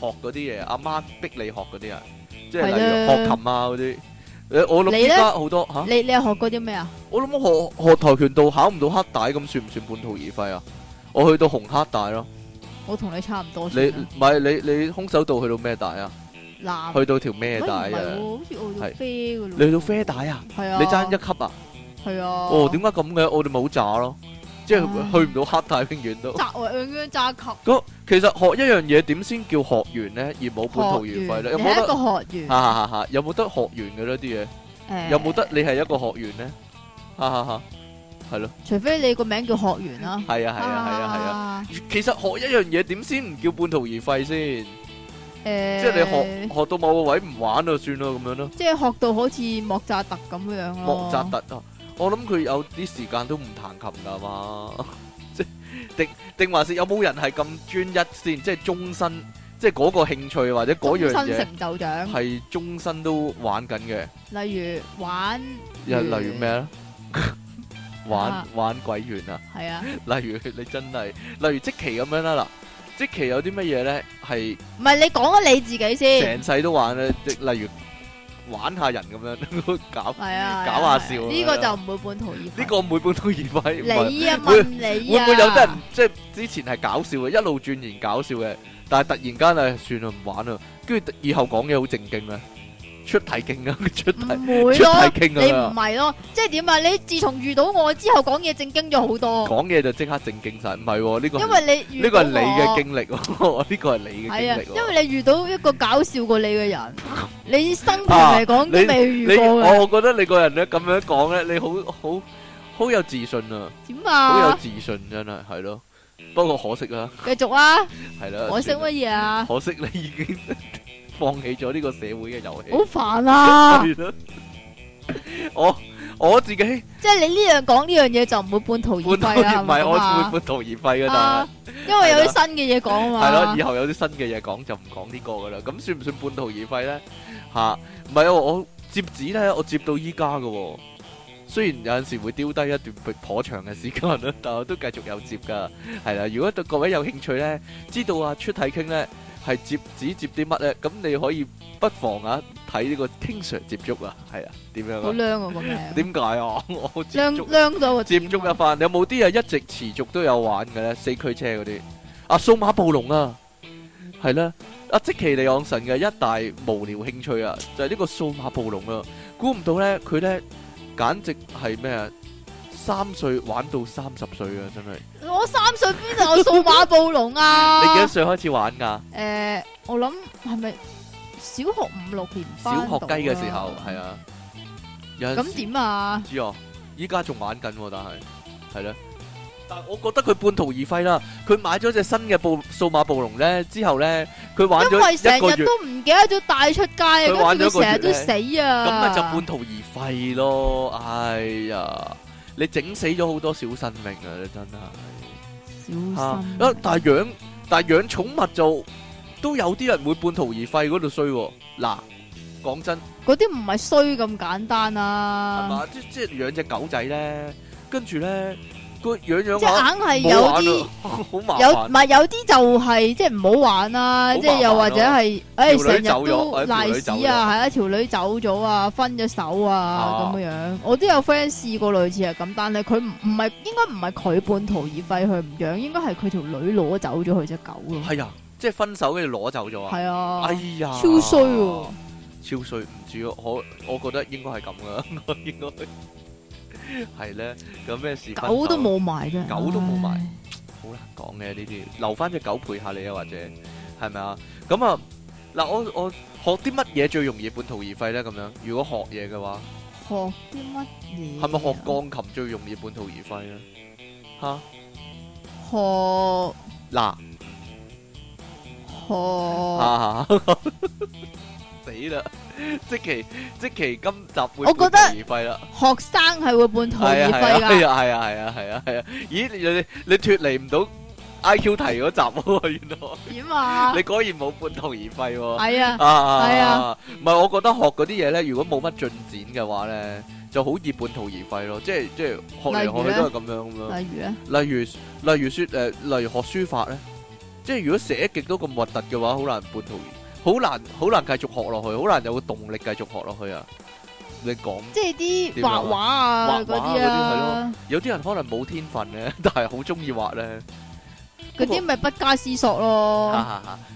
Speaker 2: 學嗰啲嘢，阿媽逼你學嗰啲啊，即係例
Speaker 1: 係
Speaker 2: 如
Speaker 1: 啦
Speaker 2: 學琴啊嗰啲。誒，我諗
Speaker 1: 你
Speaker 2: 依
Speaker 1: 呢
Speaker 2: 家好多嚇，
Speaker 1: 你你係學過啲咩啊？
Speaker 2: 我諗我學學跆拳道考唔到黑帶咁，算唔算半途而廢啊？我去到紅黑帶咯。
Speaker 1: 我同你差唔多算
Speaker 2: 你
Speaker 1: 啦。
Speaker 2: 唔係你你空手道去到咩帶啊？
Speaker 1: 男
Speaker 2: 去到條咩
Speaker 1: 喂
Speaker 2: 帶
Speaker 1: 唔係
Speaker 2: 啊？
Speaker 1: 喎，好似我到
Speaker 2: 係
Speaker 1: 啡噶咯。
Speaker 2: 你去到啡帶啊？
Speaker 1: 係啊。
Speaker 2: 你爭一級啊？
Speaker 1: 係啊。
Speaker 2: 哦，點解咁嘅？我哋冇炸咯，即係
Speaker 1: 唉
Speaker 2: 去唔到黑帶永遠都。
Speaker 1: 扎我樣樣扎級？
Speaker 2: 咁其實學一樣嘢點先叫學完呢？而冇半途而
Speaker 1: 學員
Speaker 2: 廢咧？有
Speaker 1: 你
Speaker 2: 冇
Speaker 1: 係一
Speaker 2: 得？
Speaker 1: 個學員
Speaker 2: 哈哈哈哈！有冇得學完嘅呢啲嘢？
Speaker 1: 誒
Speaker 2: 有冇得？你係一個學員呢？哈哈哈！係咯，
Speaker 1: 除非你個名叫學員啦。
Speaker 2: 係啊，係啊，係啊，係啊。
Speaker 1: 啊。
Speaker 2: 其實學一樣嘢點先唔叫半途而廢先？
Speaker 1: 誒。
Speaker 2: 即係你學學到某個位唔玩就算咯，咁樣咯。
Speaker 1: 即係學到好似莫扎特咁樣咯。
Speaker 2: 莫扎特啊，我諗佢有啲時間都唔彈琴噶嘛， 即定定還是有冇人係咁專一先，即係終身，即係嗰個興趣或者嗰
Speaker 1: 終
Speaker 2: 樣
Speaker 1: 身
Speaker 2: 嘢
Speaker 1: 成就獎，
Speaker 2: 係終身都玩緊嘅，
Speaker 1: 例如玩，
Speaker 2: 又例如咩咧？ 玩
Speaker 1: 啊
Speaker 2: 玩鬼園啊！
Speaker 1: 係啊，
Speaker 2: 例如 你真係，例如即期咁樣啦嗱，即期有啲乜嘢咧係
Speaker 1: 唔係你講咗你自己先，
Speaker 2: 成世都玩咧，即例如玩下人咁樣 搞
Speaker 1: 係啊，
Speaker 2: 搞下
Speaker 1: 係啊
Speaker 2: 笑
Speaker 1: 呢個就唔會半途而廢。
Speaker 2: 呢個每半都二位，唔係
Speaker 1: 你啊
Speaker 2: 會
Speaker 1: 問你
Speaker 2: 會
Speaker 1: 啊，
Speaker 2: 唔會有啲人即係之前係搞笑嘅，一路鑽研搞笑嘅，但係突然間啊，算啦唔玩啦，跟住以後講嘢好正經咧，出題經啊， 出題
Speaker 1: 唔會
Speaker 2: 出
Speaker 1: 咯？
Speaker 2: 題經
Speaker 1: 你唔
Speaker 2: 咁啊，
Speaker 1: 係咯？即係點啊？你自從遇到我之後講嘢正經咗好多，
Speaker 2: 講嘢就即刻正經晒，唔係喎呢個
Speaker 1: 因
Speaker 2: 係
Speaker 1: 為你遇到
Speaker 2: 呢個
Speaker 1: 我
Speaker 2: 係你嘅經歷喎， 呢個係你嘅
Speaker 1: 係啊，
Speaker 2: 經歷
Speaker 1: 因
Speaker 2: 喎。
Speaker 1: 為你遇到一個搞笑過你嘅人，你生平嚟講都未
Speaker 2: 你
Speaker 1: 遇過嘅，
Speaker 2: 我我覺得你個人咧咁樣講咧，你好好好有自信啊，
Speaker 1: 點
Speaker 2: 好有
Speaker 1: 啊？
Speaker 2: 自信真係係咯。不過可惜啦，
Speaker 1: 繼續啊！
Speaker 2: 係啦，
Speaker 1: 我識乜嘢啊？
Speaker 2: 可惜你已經 放棄咗呢個社會嘅遊戲。
Speaker 1: 好煩啊！
Speaker 2: 係咯 我我自己半
Speaker 1: 即係你呢樣講呢樣嘢就唔會半途而
Speaker 2: 途
Speaker 1: 廢啦，
Speaker 2: 而
Speaker 1: 係
Speaker 2: 唔
Speaker 1: 咪
Speaker 2: 係
Speaker 1: 咁
Speaker 2: 我會
Speaker 1: 啊
Speaker 2: 半途而廢嘅，但
Speaker 1: 啊
Speaker 2: 係
Speaker 1: 因為有啲新嘅嘢講啊嘛。
Speaker 2: 係咯，以後有啲新嘅嘢講就唔講呢個噶啦。咁算唔算半途而廢咧？吓，唔係啊！我接紙咧，我接到依家嘅喎。雖然有陣時會丟低一段頗長嘅時間啦， 但我都繼續有接噶。係啦，如果對各位有興趣咧，知道啊出體傾咧係接紙接啲乜咧，咁你可以不妨啊睇呢個經常接觸啊，係啊，點樣
Speaker 1: 好
Speaker 2: 啊？
Speaker 1: 靚啊個名，
Speaker 2: 點解啊？ 我接
Speaker 1: 靚
Speaker 2: 觸。
Speaker 1: 靚到個
Speaker 2: 接
Speaker 1: 點啊
Speaker 2: 觸一番，有冇啲啊一直持續都有玩嘅咧？四驅車嗰啲，啊數碼暴龍啊，係啦，啊即其利昂神嘅一大無聊興趣啊，就係、呢個數碼暴龍啊，估唔到咧佢咧簡直係咩啊？三歲玩到三十歲啊，真係！
Speaker 1: 我三歲邊度有數碼暴龍
Speaker 2: 你幾多
Speaker 1: 啊？
Speaker 2: 歲開始玩噶？
Speaker 1: 誒，我諗係咪小學五六年
Speaker 2: 小
Speaker 1: 班
Speaker 2: 學雞嘅時
Speaker 1: 時
Speaker 2: 候係啊，有陣時
Speaker 1: 咁點啊？
Speaker 2: 知啊，依家仲玩緊喎，但係係咧。但我覺得佢半途而廢啦。佢買咗隻新嘅暴數碼暴龍咧，之後咧佢玩
Speaker 1: 因為
Speaker 2: 咗
Speaker 1: 成
Speaker 2: 一個月
Speaker 1: 日，都唔記得咗帶出街啊，
Speaker 2: 佢玩
Speaker 1: 跟
Speaker 2: 咗一
Speaker 1: 住佢成
Speaker 2: 個月
Speaker 1: 日
Speaker 2: 咧
Speaker 1: 都死啊！
Speaker 2: 咁咪就半途而廢咯。哎呀，你整死咗好多小生命啊！你真係嚇
Speaker 1: 小
Speaker 2: 啊
Speaker 1: 心！
Speaker 2: 但係養但係養寵物就都有啲人會半途而廢嗰度衰喎。嗱，講真。
Speaker 1: 嗰啲唔係衰咁簡單
Speaker 2: 係
Speaker 1: 啊！
Speaker 2: 嘛？即即係養只狗仔咧，跟住咧佢養養
Speaker 1: 即系
Speaker 2: 下，
Speaker 1: 硬系
Speaker 2: 冇
Speaker 1: 有
Speaker 2: 玩
Speaker 1: 啲
Speaker 2: 啦。 好麻
Speaker 1: 有
Speaker 2: 煩
Speaker 1: 唔。係有啲就係即係唔好玩啦，
Speaker 2: 好
Speaker 1: 即係又
Speaker 2: 麻煩咯
Speaker 1: 或者係诶
Speaker 2: 條
Speaker 1: 成
Speaker 2: 女
Speaker 1: 日
Speaker 2: 走咗
Speaker 1: 都
Speaker 2: 哎條女
Speaker 1: 賴
Speaker 2: 走
Speaker 1: 屎
Speaker 2: 咗
Speaker 1: 啊，係啊條女走咗啊，分咗手啊
Speaker 2: 啊
Speaker 1: 咁樣。我都有 friend 試過類似係咁，但係佢唔唔係應該唔係佢半途而廢，佢唔養，應該係佢條女攞走咗佢只狗咯。
Speaker 2: 係啊，即係分手跟住攞走咗啊。
Speaker 1: 係啊
Speaker 2: 哎，呀，
Speaker 1: 超衰喎！
Speaker 2: 超衰，唔知啊我我覺得應該係咁噶，我 應該係咧。有咩事？
Speaker 1: 狗都，冇埋啫，
Speaker 2: 啊狗都冇埋
Speaker 1: 唉。
Speaker 2: 好難講嘅呢啲，留翻只狗陪下你啊，或者係咪啊？咁啊，嗱，我我學啲乜嘢最容易半途而廢咧？咁樣，如果學嘢嘅話，
Speaker 1: 學啲乜嘢？啊
Speaker 2: 係咪學？鋼琴最容易半途而廢咧？吓
Speaker 1: 學
Speaker 2: 嗱
Speaker 1: 學。
Speaker 2: 啊， 死啦！即其即其今集會
Speaker 1: 我覺得
Speaker 2: 半途而廢啦。
Speaker 1: 學生係會半途而
Speaker 2: 係啊，
Speaker 1: 廢㗎。
Speaker 2: 係啊，係啊，係啊，係啊，係啊。咦，你-你-你脫離唔到 IQ 題嗰集喎，原來。
Speaker 1: 點啊？
Speaker 2: 你果然冇半途而廢喎。
Speaker 1: 係啊。
Speaker 2: 啊，
Speaker 1: 係啊。
Speaker 2: 唔係，我覺得學嗰啲嘢呢，如果冇乜進展嘅話呢，就好易半途而廢咯。即係-即係學嚟學去
Speaker 1: 例如呢？
Speaker 2: 都係咁樣咁樣。
Speaker 1: 例如啊咧，
Speaker 2: 例如-例如說-誒，例如學書法呢，即係如果寫極都咁核突嘅話，好難半途而-好難-好難繼續學落去，好難有動力繼續學落去啊。你講
Speaker 1: 即係啲
Speaker 2: 點樣啊
Speaker 1: 畫畫啊
Speaker 2: 畫畫
Speaker 1: 嗰啲啊，
Speaker 2: 有啲人可能冇天分咧， 但係好中意畫咧。
Speaker 1: 嗰啲咪不加思索咯。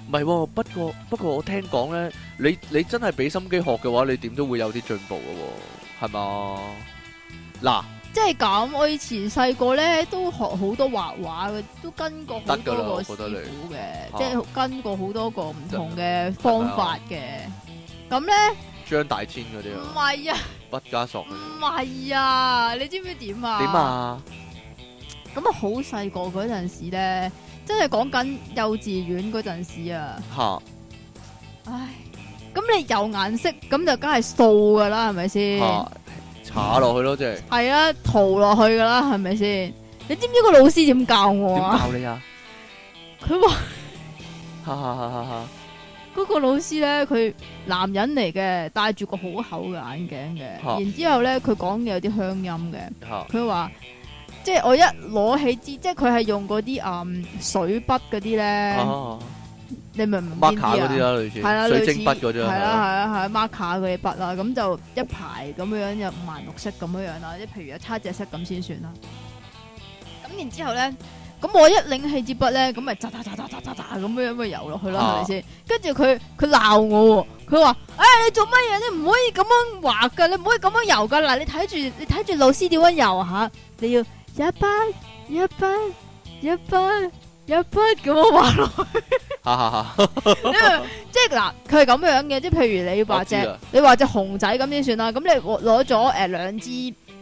Speaker 2: 唔係喎，不過不過我聽講咧，你你真係俾心機學嘅話，你點都會有啲進步嘅喎，係嘛？嗱，
Speaker 1: 即係咁，我以前細個咧都學好多畫畫嘅，都跟過好多
Speaker 2: 得㗎啦
Speaker 1: 個
Speaker 2: 我
Speaker 1: 師
Speaker 2: 覺
Speaker 1: 傅
Speaker 2: 得
Speaker 1: 嘅，
Speaker 2: 啊
Speaker 1: 即係跟過好多個唔同嘅方法嘅。咁咧
Speaker 2: 張大千嗰啲
Speaker 1: 唔
Speaker 2: 啊，
Speaker 1: 係啊，
Speaker 2: 畢加索嗰
Speaker 1: 唔
Speaker 2: 啲
Speaker 1: 係啊，你知唔知點啊？
Speaker 2: 點？啊？
Speaker 1: 咁啊，好細個嗰陣時咧，真係講緊幼稚園嗰陣時啊。
Speaker 2: 嚇
Speaker 1: 唉，咁你有顏色，咁就梗係掃噶啦，係咪先？
Speaker 2: 嚇，查落去咯，即係
Speaker 1: 係啊，塗落去噶啦，係咪先？你知唔知個老師點教我
Speaker 2: 點
Speaker 1: 啊？
Speaker 2: 教你啊？
Speaker 1: 佢話
Speaker 2: 哈哈哈哈哈！
Speaker 1: 嗰個老師咧，佢男人嚟嘅，戴住個好厚嘅眼鏡嘅，
Speaker 2: 嚇
Speaker 1: 然之後咧，佢講嘢有啲鄉音嘅。
Speaker 2: 嚇
Speaker 1: 佢話即係我一攞起支，即係佢係用嗰啲嗯水筆嗰啲咧，
Speaker 2: 啊
Speaker 1: 你明唔明邊
Speaker 2: ，marker 嗰啲
Speaker 1: 啲啊？
Speaker 2: 啦，類
Speaker 1: 係
Speaker 2: 似
Speaker 1: 啦，
Speaker 2: 水
Speaker 1: 類似
Speaker 2: 晶筆嗰
Speaker 1: 係
Speaker 2: 啲
Speaker 1: 啦，
Speaker 2: 啊
Speaker 1: 係
Speaker 2: 係啊，
Speaker 1: 啦，係啦，marker 嗰啲筆啦，咁就一排咁樣有五顏六色咁樣樣啦，即係譬如有七隻色咁先算啦。咁然之後咧，咁我一拎起支筆咧，咁咪喳喳喳喳喳喳喳咁樣樣咪游落去咯，係
Speaker 2: 啊
Speaker 1: 咪先？跟住佢佢鬧我喎，佢話：，哎呀，你做乜嘢？你唔可以咁樣畫噶，你唔可以咁樣游噶。嗱，你睇住你睇住老師點樣游下，你要一筆一筆一筆一筆咁樣畫落
Speaker 2: 哈哈哈！
Speaker 1: 因為即係嗱，佢係咁樣嘅，即係譬如你
Speaker 2: 我
Speaker 1: 話
Speaker 2: 知啊
Speaker 1: 只
Speaker 2: 啦，
Speaker 1: 你話只熊仔咁先算啦，咁你攞攞咗誒兩支，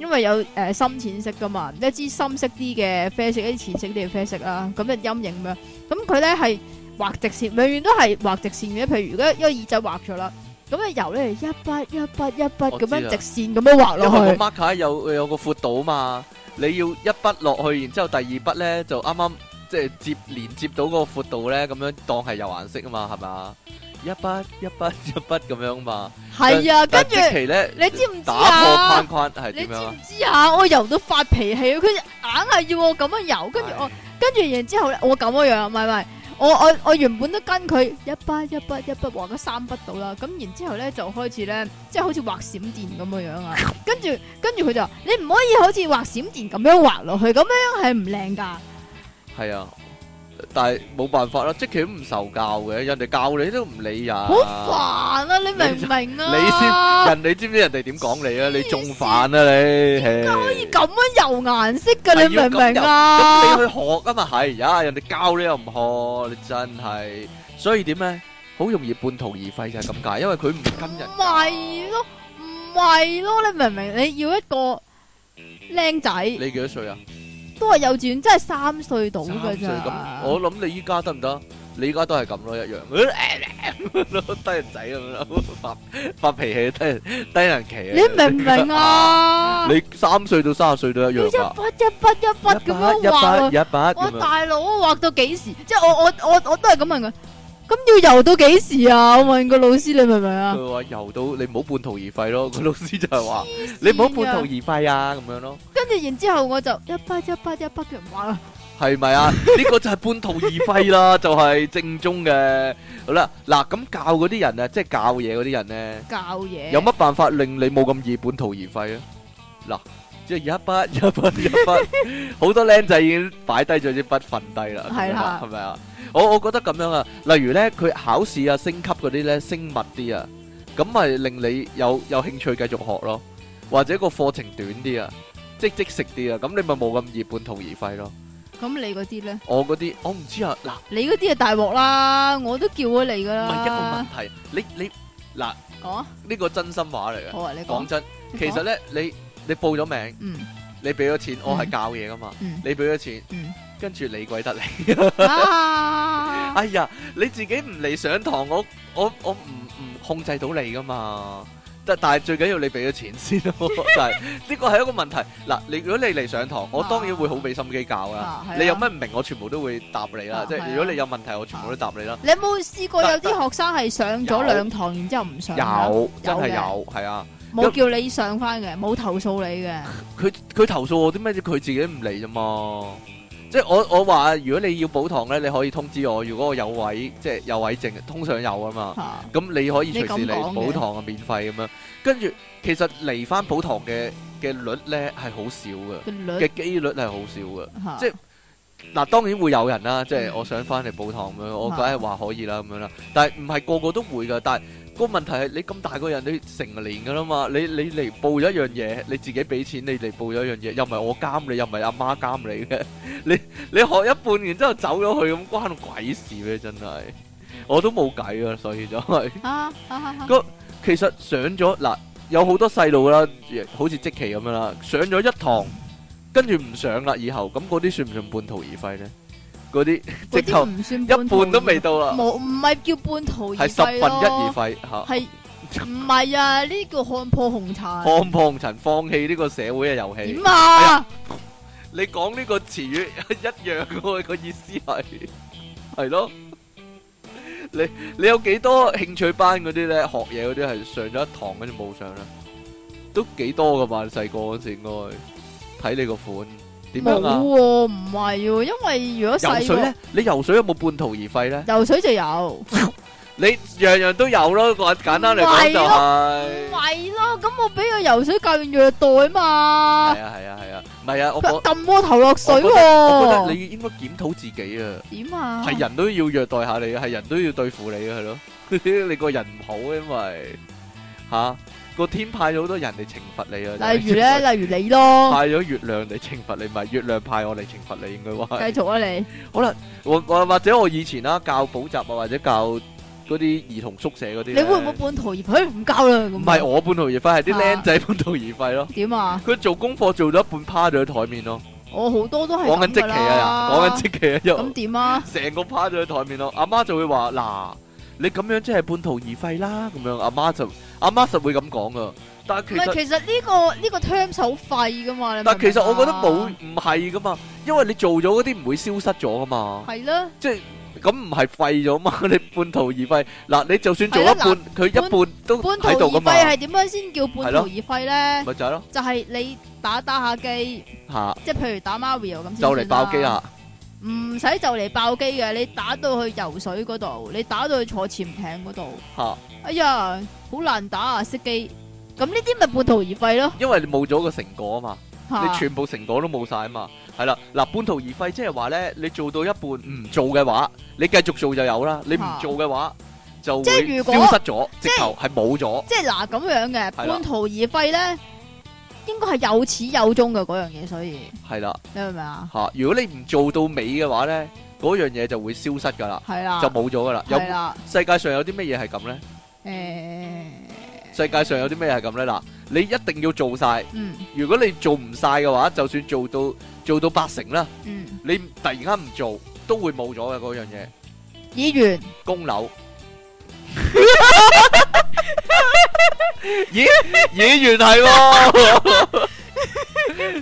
Speaker 1: 因為有誒、呃深淺色噶嘛，一支深色啲嘅啡色，一支淺色啲嘅啡色啦，咁就陰影咁樣，咁佢咧係畫直線，永遠都係畫直線嘅。譬如如果一個耳仔畫咗啦，咁你由咧一筆一筆一筆
Speaker 2: 我
Speaker 1: 咁
Speaker 2: 知啦
Speaker 1: 樣直線咁樣畫
Speaker 2: 因
Speaker 1: 落
Speaker 2: 為
Speaker 1: 去
Speaker 2: 個，marker 有有個闊度啊嘛，你要一筆落去，然之後第二筆咧就啱啱即係接連接到嗰個闊度咧，咁樣當係有顏色啊嘛，係嘛？一筆一筆一筆咁樣嘛，
Speaker 1: 係啊，跟
Speaker 2: 但
Speaker 1: 住
Speaker 2: 即期咧，
Speaker 1: 你知唔知
Speaker 2: 打破
Speaker 1: 啊
Speaker 2: 框？框係
Speaker 1: 你
Speaker 2: 點
Speaker 1: 知唔
Speaker 2: 樣啊？
Speaker 1: 知啊？我游到發脾氣，佢硬係要我咁樣游，跟
Speaker 2: 啊
Speaker 1: 住我。跟住然之後咧，我咁樣樣，唔係唔係，我我我原本都跟佢一筆一筆一筆畫咗三筆到啦，咁然之後咧就開始咧，即係好似畫閃電咁樣樣啊，跟住跟住佢就話你唔可以好似畫閃電咁樣畫落去，咁樣係唔靚噶，
Speaker 2: 係啊，但係冇辦法啦，即期都唔受教嘅，人哋教你都唔理啊，
Speaker 1: 好煩啊！你明唔明啊？
Speaker 2: 人你知唔知人哋點講你啊？你仲犯 啊你，點解可以
Speaker 1: 咁樣油顏色噶，
Speaker 2: 係
Speaker 1: 你明唔明
Speaker 2: 咁
Speaker 1: 啊？
Speaker 2: 你去學啊嘛，係呀，人哋教你又唔學，你真係，所以點咧？好容易半途而廢就係咁解，因為佢唔 跟人
Speaker 1: 唔。係咯，唔係咯，你明唔明？你要一個靚
Speaker 2: 你
Speaker 1: 仔，
Speaker 2: 幾多歲啊？
Speaker 1: 都係幼稚園，真係三歲到
Speaker 2: 三
Speaker 1: 噶
Speaker 2: 歲
Speaker 1: 咋
Speaker 2: 咁，。我諗你依家得唔得？你依家都係咁咯，一樣， 低人仔咁樣，發發脾氣，低人低人期啊！
Speaker 1: 你明唔 明？啊？
Speaker 2: 你三歲到三十歲都一
Speaker 1: 要一
Speaker 2: 樣
Speaker 1: 筆
Speaker 2: 噶，
Speaker 1: 一筆一筆咁樣
Speaker 2: 一筆
Speaker 1: 畫
Speaker 2: 一筆
Speaker 1: 喎，哇！
Speaker 2: 咁樣，
Speaker 1: 大佬畫到幾時？即係我我我我都係咁問佢，咁要游到幾時啊？我問個老師，你明唔明
Speaker 2: à.
Speaker 1: 啊？
Speaker 2: 佢話遊到你唔好半途而廢咯。個老師就係話
Speaker 1: 黐線㗎
Speaker 2: 你唔好半途而廢啊，咁樣咯。
Speaker 1: 跟跟住然之後我就一筆一筆一筆咁畫啦。
Speaker 2: 系 咪啊？呢個就係半途而廢啦，就係正宗嘅。好啦，嗱咁教嗰啲人啊，即係教嘢嗰啲人咧，
Speaker 1: 教嘢
Speaker 2: 有乜辦法令你冇咁易半途而廢啊？嗱，即係一筆 一筆一筆，好多僆仔已經擺低咗支筆瞓低啦，
Speaker 1: 係啦
Speaker 2: 係咪啊？我我覺得咁樣啊，例如咧佢考試啊、升級嗰啲咧升密啲啊，咁咪令你有有興趣繼續學咯，或者個課程短啲啊，即即食啲啊，咁你咪冇咁易半途而廢咯。
Speaker 1: 咁你嗰啲咧？
Speaker 2: 我嗰啲我唔知啊，嗱，
Speaker 1: 你嗰啲就大鑊啦，我都叫咗你噶
Speaker 2: 唔係一個問
Speaker 1: 啦。
Speaker 2: 題，你你嗱
Speaker 1: 講啊，
Speaker 2: 呢個真心話嚟嘅，
Speaker 1: 好啊，你
Speaker 2: 講
Speaker 1: 講。
Speaker 2: 真，
Speaker 1: 你講
Speaker 2: 其實咧你你報咗名，
Speaker 1: 嗯
Speaker 2: 你俾咗錢，我係教嘢噶嘛，
Speaker 1: 嗯
Speaker 2: 你俾咗錢，
Speaker 1: 嗯
Speaker 2: 跟住你鬼得你，
Speaker 1: À. 啊，
Speaker 2: 哎呀，你自己唔嚟上堂，我我我唔唔控制到你噶嘛。但但係最緊要你俾咗錢先咯， 就係呢個係一個問題。嗱，你如果你嚟上堂，我當然會好俾心機教啦
Speaker 1: 啊係。啊
Speaker 2: 你有乜唔明，我全部都會答你啦。
Speaker 1: 啊
Speaker 2: 即
Speaker 1: 係
Speaker 2: 係
Speaker 1: 啊
Speaker 2: 如果你有問題，我全部都答你啦。
Speaker 1: 你有冇試過有
Speaker 2: 得
Speaker 1: 啲學生係上咗
Speaker 2: 有
Speaker 1: 兩堂，然之後唔
Speaker 2: Dạ.
Speaker 1: 上啊？
Speaker 2: 有，真係
Speaker 1: 嘅
Speaker 2: 有，係啊。
Speaker 1: 冇叫你上翻嘅，冇投訴你嘅。
Speaker 2: 佢佢投訴我啲咩啫？佢自己唔嚟啫嘛。即係我我話，如果你要補堂咧，你可以通知我。如果我有位，即係有位證，通常有啊嘛。
Speaker 1: 嚇
Speaker 2: 咁你可以
Speaker 1: 你
Speaker 2: 隨
Speaker 1: 咁
Speaker 2: 時嚟
Speaker 1: 講嘅
Speaker 2: 補堂啊，免費咁樣。跟住其實嚟翻補堂嘅嘅率咧係好少嘅，
Speaker 1: 個率
Speaker 2: 嘅機率係好少嘅。
Speaker 1: 嚇
Speaker 2: 即係嗱，當然會有人啦，即係
Speaker 1: 嗯
Speaker 2: 我想翻嚟補堂咁樣，我
Speaker 1: 啊
Speaker 2: 梗係話可以啦咁樣啦。但係唔係個個都會㗎。但係個問題係你咁大個人，你成年㗎啦嘛，你你嚟報咗一樣嘢，你自己俾錢，你嚟報咗一樣嘢，又唔係我監你，又唔係阿媽監你嘅。 你你學一半，然之後走咗去，咁關我鬼事咩？真係我都冇計啊，所以就係、
Speaker 1: 啊啊啊啊
Speaker 2: 個其實上咗嗱，有好多細路啦，好似即期咁樣啦，上咗一堂，跟住唔上啦，以後咁嗰啲算唔算半途而廢呢？嗰啲
Speaker 1: 嗰
Speaker 2: 直頭
Speaker 1: 啲唔算
Speaker 2: 一
Speaker 1: 途
Speaker 2: 半都
Speaker 1: 而
Speaker 2: 未到啦，
Speaker 1: 冇唔係叫半途而
Speaker 2: 係十分
Speaker 1: 廢
Speaker 2: 一
Speaker 1: 咯，
Speaker 2: 而廢嚇，
Speaker 1: 係唔係啊？呢叫看破紅塵
Speaker 2: 看破紅塵，放棄呢個社會嘅遊戲
Speaker 1: 點。啊？
Speaker 2: 你講呢個詞語 一樣喎，個意思係係咯。你你有幾多興趣班嗰啲咧？學嘢嗰啲係上咗一堂跟住冇上啦，都幾多噶嘛？細個嗰時應該睇你個款點
Speaker 1: 冇
Speaker 2: 樣啊？
Speaker 1: 喎，唔係喎，因為如果
Speaker 2: 游
Speaker 1: 細
Speaker 2: 水咧
Speaker 1: 個，
Speaker 2: 你游水有冇半途而廢咧？
Speaker 1: 游水就有，
Speaker 2: 你樣樣都有咯，簡簡單嚟講就
Speaker 1: 唔係
Speaker 2: 係、
Speaker 1: 唔係咯？咁我俾個游水教練虐待嘛
Speaker 2: 係，啊係啊係啊，唔係啊，我我
Speaker 1: 撳我頭落水
Speaker 2: 我覺得
Speaker 1: 喎，
Speaker 2: 你應該檢討自己啊。
Speaker 1: 點啊？
Speaker 2: 係人都要虐待下你，係人都要對付你嘅，係咯。 你個人唔好，因為吓個天派咗好多人嚟懲罰你啊。
Speaker 1: 例如咧，例如你咯，
Speaker 2: 派咗月亮嚟懲罰你，咪月亮派我嚟懲罰你，應該話
Speaker 1: 繼
Speaker 2: 係。
Speaker 1: 續啊你，
Speaker 2: 好啦，或或或者我以前啦教補習啊，或者教嗰啲兒童宿舍嗰啲
Speaker 1: 你
Speaker 2: 呢，
Speaker 1: 會唔會半途而廢？唔交啦咁。
Speaker 2: 唔係我半途而廢，係啲
Speaker 1: 啊
Speaker 2: 僆仔半途而廢咯。
Speaker 1: 點啊？
Speaker 2: 佢做功課做到一半趴咗喺台面咯，
Speaker 1: 我哦好多都係
Speaker 2: 講緊即
Speaker 1: 咁
Speaker 2: 期
Speaker 1: 㗎
Speaker 2: 啊，
Speaker 1: 啦
Speaker 2: 講緊即期啊，又
Speaker 1: 咁點啊？
Speaker 2: 成個趴咗喺台面咯。阿媽就會話：嗱，你咁樣即係半途而廢啦。咁樣阿媽就阿媽實會咁講噶。但係
Speaker 1: 唔
Speaker 2: 其
Speaker 1: 係，
Speaker 2: 實
Speaker 1: 啊其實呢個呢個 term 好廢噶嘛，你
Speaker 2: 但係其實我覺得冇
Speaker 1: 明唔明
Speaker 2: 唔係噶嘛，因為你做咗嗰啲唔會消失咗噶嘛
Speaker 1: 啊。係啦，
Speaker 2: 即係咁唔係廢咗嘛？ 你半途而廢嗱，你就算做一
Speaker 1: 係啦
Speaker 2: 半，佢一
Speaker 1: 半
Speaker 2: 半都
Speaker 1: 半途而
Speaker 2: 喺度噶嘛，
Speaker 1: 廢係點樣先叫半
Speaker 2: 係
Speaker 1: 途
Speaker 2: 咯
Speaker 1: 而廢咧？
Speaker 2: 咪就係咯
Speaker 1: 就係啊你打打下機，
Speaker 2: 嚇，
Speaker 1: 即係譬如打 Mario 咁先
Speaker 2: 就嚟
Speaker 1: 算
Speaker 2: 爆機！啊啦！
Speaker 1: 唔使就嚟爆機嘅，你打到去游水嗰度，你打到去坐潛艇嗰度，
Speaker 2: 嚇，
Speaker 1: 哎呀，好難打啊！熄機，咁呢啲咪半途而廢咯
Speaker 2: 因為你冇咗個成果啊嘛。
Speaker 1: 嚇
Speaker 2: 你全部成果都冇晒啊嘛，係啦，嗱半途而廢，即係話咧，你做到一半唔做嘅話，你繼續做就有啦，你唔
Speaker 1: 啊
Speaker 2: 做嘅話就會
Speaker 1: 即係如果
Speaker 2: 消失咗，
Speaker 1: 即
Speaker 2: 直
Speaker 1: 係
Speaker 2: 頭係冇咗，
Speaker 1: 即係嗱咁樣嘅，
Speaker 2: 係啦
Speaker 1: 半途而廢咧，應該係有始有終嘅嗰樣嘢，所以
Speaker 2: 係啦
Speaker 1: 你明唔明啊？
Speaker 2: 吓，嚇如果你唔做到尾嘅話咧，嗰樣嘢就會消失噶啦，
Speaker 1: 係啦，
Speaker 2: 就冇咗噶啦。有
Speaker 1: 啊係啦，
Speaker 2: 世界上有啲乜嘢係咁咧？
Speaker 1: 誒，
Speaker 2: 世界上有啲咩係咁咧？嗱，你一定要做晒，
Speaker 1: 嗯
Speaker 2: 如果你做唔晒嘅話，就算做到做到八成啦，
Speaker 1: 嗯，
Speaker 2: 你突然間唔做，都會冇咗嘅嗰樣嘢。
Speaker 1: 議員
Speaker 2: 供樓。咦，演員係 喎，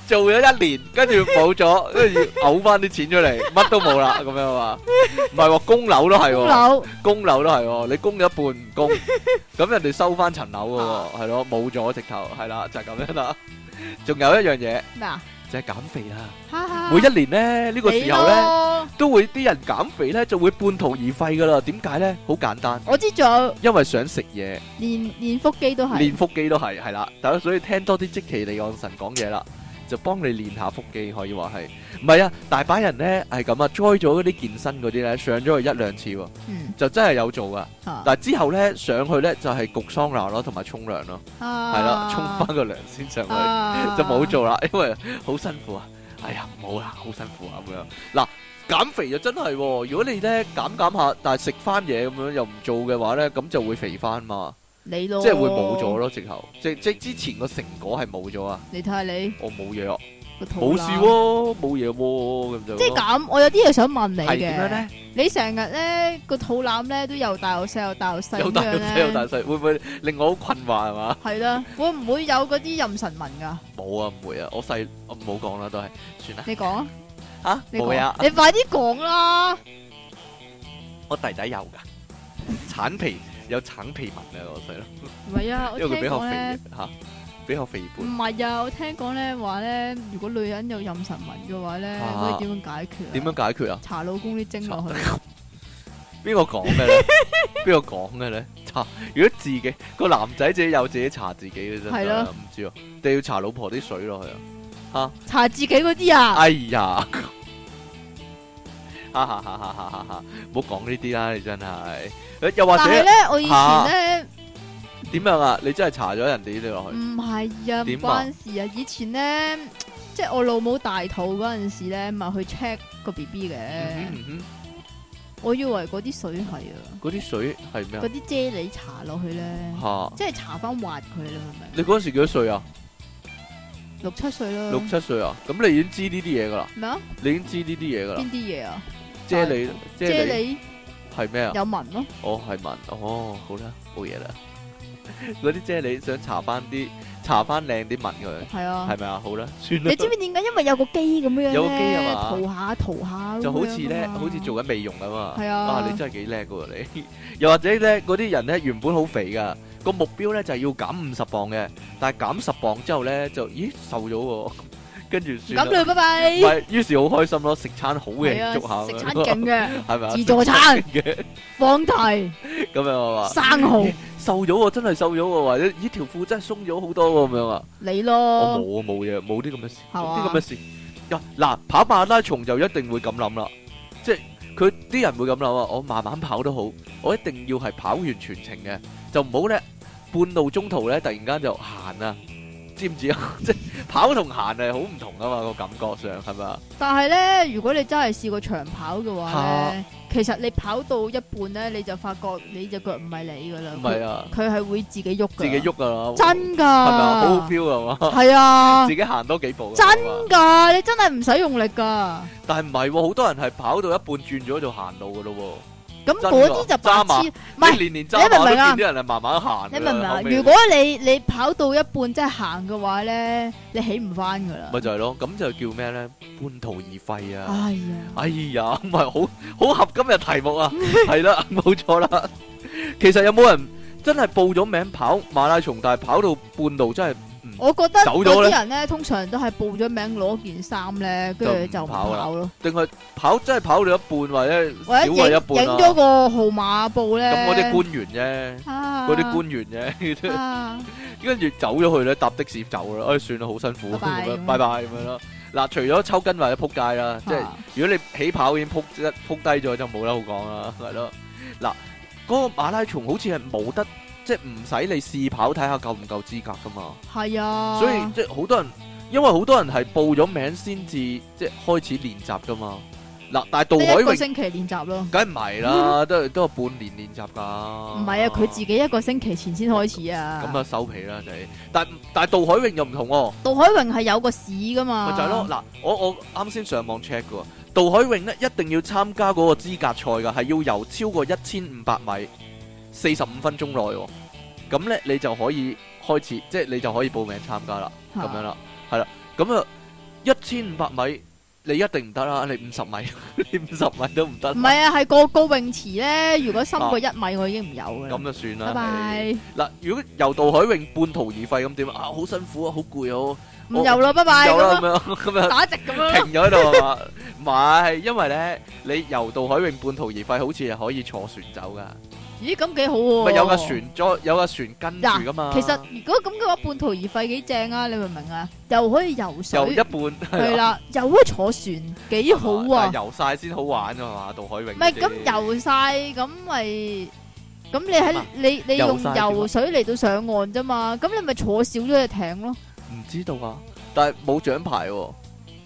Speaker 2: 做咗一年，跟住冇咗，跟住嘔翻啲錢出嚟，乜都冇啦，咁樣啊嘛？唔係喎，供樓都係
Speaker 1: 供
Speaker 2: 喎，
Speaker 1: 樓
Speaker 2: 供樓都係喎，你供咗一半唔供，咁人哋收翻層樓嘅喎，係咯，冇咗直頭，係啦，就係咁樣啦。仲有一樣嘢，
Speaker 1: 咩啊？
Speaker 2: 就係減肥啦。
Speaker 1: 哈哈，
Speaker 2: 每一年咧呢個時候咧。
Speaker 1: 咧，
Speaker 2: 都會啲人減肥咧，就會半途而廢噶啦。點解咧？好簡單，
Speaker 1: 我知仲有
Speaker 2: 因為想食嘢，
Speaker 1: 練練腹肌都係
Speaker 2: 練，腹肌都係係啦。大家所以聽多啲即其利昂神講嘢啦，就幫你練下腹肌，可以話係。唔係啊，大把人咧係咁啊，join 咗嗰啲健身嗰啲咧，上咗去一兩次喎，
Speaker 1: 嗯
Speaker 2: 就真係有做噶。
Speaker 1: 嚇，
Speaker 2: 但係之後咧上去咧就係焗桑拿咯，同埋沖涼咯，
Speaker 1: 係
Speaker 2: 係啦，沖翻個涼先上去。
Speaker 1: 翻
Speaker 2: 就冇，做啦，因為好辛苦啊！哎呀，冇啦，好辛苦啊咁樣。嗱，減肥就真係喎，如果你咧減減下，但係食翻嘢咁樣又唔做嘅話咧，咁就會肥翻嘛，
Speaker 1: 你咯，
Speaker 2: 即係會冇咗。咯，直頭，即即之前個成果係冇咗啊！
Speaker 1: 你睇下你
Speaker 2: 我冇嘢啊，
Speaker 1: 個肚
Speaker 2: 冇
Speaker 1: 腩
Speaker 2: 事喎，冇嘢喎，咁就
Speaker 1: 即係咁，我有啲嘢想問你
Speaker 2: 係點樣咧
Speaker 1: 嘅。？你成日咧個肚腩咧都又大又細又大又細
Speaker 2: 有
Speaker 1: 咁
Speaker 2: 大
Speaker 1: 樣
Speaker 2: 有細有大
Speaker 1: 咧，
Speaker 2: 細，會唔會令我好困惑係嘛？
Speaker 1: 係啦，會唔會有嗰啲妊娠紋㗎？
Speaker 2: 冇啊，唔會啊，我細我唔好講啦，都係算啦
Speaker 1: 你講啊，
Speaker 2: 嚇，
Speaker 1: 你
Speaker 2: 冇
Speaker 1: 講
Speaker 2: 嘢
Speaker 1: 啊
Speaker 2: 啊，，
Speaker 1: 你快啲講啦！
Speaker 2: 我弟弟有㗎，橙皮有橙皮紋啊，我細佬。
Speaker 1: 唔係啊，我
Speaker 2: 因
Speaker 1: 聽
Speaker 2: 為佢比較
Speaker 1: 講
Speaker 2: 肥
Speaker 1: 咧
Speaker 2: 嘅。嚇，比較肥
Speaker 1: 唔
Speaker 2: 胖。
Speaker 1: 係啊，我聽講咧話咧，如果女人有妊娠紋嘅話咧，
Speaker 2: 啊
Speaker 1: 可以點樣解決啊？
Speaker 2: 點樣解決啊？
Speaker 1: 搽老公啲精落去？
Speaker 2: 邊個講 嘅咧？邊個講嘅咧？查 如果自己個男仔自己有自己搽自己嘅真
Speaker 1: 係
Speaker 2: 係
Speaker 1: 咯
Speaker 2: 唔知啊，定要搽老婆啲水落去啊？
Speaker 1: 搽自己嗰啲啊？
Speaker 2: 哎呀！ 哈哈哈哈哈哈哈！唔好講呢啲啦，你真係。誒又或
Speaker 1: 但係
Speaker 2: 者
Speaker 1: 咧，我以前咧
Speaker 2: 點樣啊？你真係搽咗人哋啲落去，
Speaker 1: 唔係啊，唔
Speaker 2: 點啊
Speaker 1: 關事啊。以前咧，即係我老母大肚嗰陣時咧，咪去 check 個 B B
Speaker 2: 嗯
Speaker 1: 嘅。
Speaker 2: 哼嗯
Speaker 1: 我以為嗰啲水係啊，
Speaker 2: 哼嗰啲水係咩
Speaker 1: 嗰啲啫喱搽落去咧
Speaker 2: 啊？，嚇！
Speaker 1: 即係搽翻滑佢，你明唔明？
Speaker 2: 你嗰時幾多歲啊？
Speaker 1: 六七歲啦，
Speaker 2: 六七歲啊？咁你已經知呢啲嘢噶啦，
Speaker 1: 咩啊？
Speaker 2: 你已經知呢啲嘢噶啦
Speaker 1: 邊。啲嘢啊？
Speaker 2: 啫喱啫
Speaker 1: 啫
Speaker 2: 喱
Speaker 1: 喱
Speaker 2: 係咩啊？
Speaker 1: 有紋咯，
Speaker 2: 哦，係文，哦，好啦，冇嘢啦。 嗰啲啫喱想搽翻啲，搽翻靚啲文佢，
Speaker 1: 係啊。
Speaker 2: 係咪啊？好啦，算啦
Speaker 1: 你。知唔知點解？因為有個機咁樣
Speaker 2: 有個機啊
Speaker 1: 咧，
Speaker 2: 嘛
Speaker 1: 淘下淘下咁樣
Speaker 2: 就好似咧，
Speaker 1: 㗎嘛
Speaker 2: 好似做緊美容咁啊！
Speaker 1: 係啊
Speaker 2: 啊，你真係幾叻噶喎你！ 又或者咧，嗰啲人咧原本好肥噶，個目標咧就係要減五十磅嘅，但係減十磅之後咧就咦瘦咗喎， 跟住
Speaker 1: 唔
Speaker 2: 算
Speaker 1: 敢
Speaker 2: 啦。
Speaker 1: 啦，拜
Speaker 2: 唔
Speaker 1: 拜。
Speaker 2: 係，於是好開心咯，食餐好嘅
Speaker 1: 係啊
Speaker 2: 慶祝下咁樣，
Speaker 1: 食餐勁嘅
Speaker 2: 係咪啊？
Speaker 1: 自助餐
Speaker 2: 嘅
Speaker 1: 放題
Speaker 2: 咁樣啊嘛。
Speaker 1: 生蠔，
Speaker 2: 瘦咗喎，真係瘦咗喎，或者咦條褲真係鬆咗好多喎咁樣啊！
Speaker 1: 你
Speaker 2: 我
Speaker 1: 咯，
Speaker 2: 冇啊，冇嘢，冇啲咁嘅事，
Speaker 1: 係
Speaker 2: 冇
Speaker 1: 嘛
Speaker 2: 啲咁嘅事。呀嗱，跑馬拉松就一定會咁諗啦，即係佢啲人會咁諗啊，我慢慢跑都好，我一定要係跑完全程嘅，就唔好咧半路中途咧突然間就行啊，知唔知啊？ 即係跑同行係好唔同啊嘛，個感覺上係咪啊？
Speaker 1: 但係咧，如果你真係試過長跑嘅話咧，其實你跑到一半咧，你就發覺你只腳唔係你噶啦，
Speaker 2: 唔係啊，
Speaker 1: 佢，佢係會自己喐㗎
Speaker 2: 自己，喐噶啦，
Speaker 1: 真㗎，
Speaker 2: 係咪啊？好好 feel 啊嘛，
Speaker 1: 係啊
Speaker 2: 自，己行多幾步㗎
Speaker 1: 真
Speaker 2: 係嘛。
Speaker 1: 㗎，你真係唔使用力㗎。
Speaker 2: 但係唔係喎，好多人係跑到一半轉咗就行路噶咯
Speaker 1: 咁
Speaker 2: 真
Speaker 1: 嗰啲
Speaker 2: 㗎
Speaker 1: 就
Speaker 2: 揸馬
Speaker 1: 白痴，唔
Speaker 2: 喎，
Speaker 1: 係
Speaker 2: 你。年年揸馬都
Speaker 1: 你明唔
Speaker 2: 見
Speaker 1: 明啊
Speaker 2: 啲人係慢慢行㗎啦。
Speaker 1: 你明唔明啊
Speaker 2: 後？尾
Speaker 1: 如果你你跑到一半真係行嘅話咧，你起唔翻噶啦
Speaker 2: 咪。就係咯，咁就叫咩咧？半途而廢啊！
Speaker 1: 哎呀，
Speaker 2: 哎呀，唔係好好合今日題目啊，係 啦，冇錯啦。其實有冇人真係報咗名跑馬拉松，但係跑到半路真係
Speaker 1: 我覺得
Speaker 2: 走
Speaker 1: 嗰
Speaker 2: 咗呢
Speaker 1: 啲人咧，通常都係報咗名攞件衫咧，跟住
Speaker 2: 就
Speaker 1: 就
Speaker 2: 唔
Speaker 1: 唔
Speaker 2: 跑啦
Speaker 1: 跑咯，
Speaker 2: 定係跑真係跑到一半或者
Speaker 1: 或者
Speaker 2: 少
Speaker 1: 影
Speaker 2: 過一半
Speaker 1: 影
Speaker 2: 啊？
Speaker 1: 咗個號碼布咧。
Speaker 2: 咁嗰啲官員啫，
Speaker 1: 官
Speaker 2: 嗰啲官員 啫。
Speaker 1: 官啊，
Speaker 2: 跟住走咗去咧，搭的士走啦。哎，算啦，好辛苦，
Speaker 1: 拜拜
Speaker 2: 咁樣
Speaker 1: 咁樣
Speaker 2: 拜拜咁樣咯。嗱，除咗抽筋或者撲街啦，即係
Speaker 1: 啊
Speaker 2: 如果你起跑已經撲一撲低咗，就冇得好講啦，係咯。嗱，嗰個馬拉松好似係冇得，即係唔使你試跑睇下夠唔夠資格噶嘛。
Speaker 1: 係啊，
Speaker 2: 所以即係好多人，因為好多人係報咗名先至即係開始練習噶嘛。嗱，但係
Speaker 1: 你
Speaker 2: 杜海
Speaker 1: 一個
Speaker 2: 榮
Speaker 1: 星期練習咯。
Speaker 2: 梗係唔係啦，都係都係半年練習㗎。
Speaker 1: 唔
Speaker 2: 唔
Speaker 1: 係啊，佢自己一個星期前先開始啊。
Speaker 2: 咁啊收皮啦你。但但係杜海榮又唔同喎。
Speaker 1: 杜海榮係有個市噶嘛。
Speaker 2: 咪就係咯，嗱，我我啱先上網 check 嘅喎，杜海泳咧一定要參加嗰個資格賽㗎，係要游超過一千五百米，四十五分鐘內喎，咁咧你就可以開始，即係你就可以報名參加啦，
Speaker 1: 嚇
Speaker 2: 咁樣啦，係啦，咁啊一千五百米你一定唔得啦，你五十米， 你五十米都唔得
Speaker 1: 唔，係啊，係個個泳池咧，如果深過一米，我已經唔有噶啦。
Speaker 2: 咁就算啦。
Speaker 1: 拜
Speaker 2: 係
Speaker 1: 拜，
Speaker 2: 嗱，如果游渡海泳半途而廢咁點啊？啊好辛苦啊，好攰啊，
Speaker 1: 唔游啦，拜拜
Speaker 2: 有
Speaker 1: 咁
Speaker 2: 啦咁
Speaker 1: 樣
Speaker 2: 樣咁樣。
Speaker 1: 打直 咁樣咯。
Speaker 2: 停咗喺度啊嘛？唔係，因為咧，你游到海泳半途而廢，好似係可以坐船走噶，
Speaker 1: 咦，咁幾好喎？
Speaker 2: 咪有架。船咗，有架船跟住噶嘛。
Speaker 1: 哦其實如果咁嘅話，半途而廢幾正啊？你明唔明啊？又可以游
Speaker 2: 游一
Speaker 1: 水，
Speaker 2: 半
Speaker 1: 係啦，又可以坐船，幾好
Speaker 2: 但
Speaker 1: 啊
Speaker 2: 係！游晒先好玩啊嘛，渡海泳。
Speaker 1: 唔係咁。游晒咁咪咁你
Speaker 2: 點
Speaker 1: 喺
Speaker 2: 啊
Speaker 1: 你你
Speaker 2: 游
Speaker 1: 用
Speaker 2: 晒
Speaker 1: 游水嚟到上岸啫嘛，咁你咪坐少咗隻艇 咯，
Speaker 2: 唔知道啊，但係冇獎牌喎。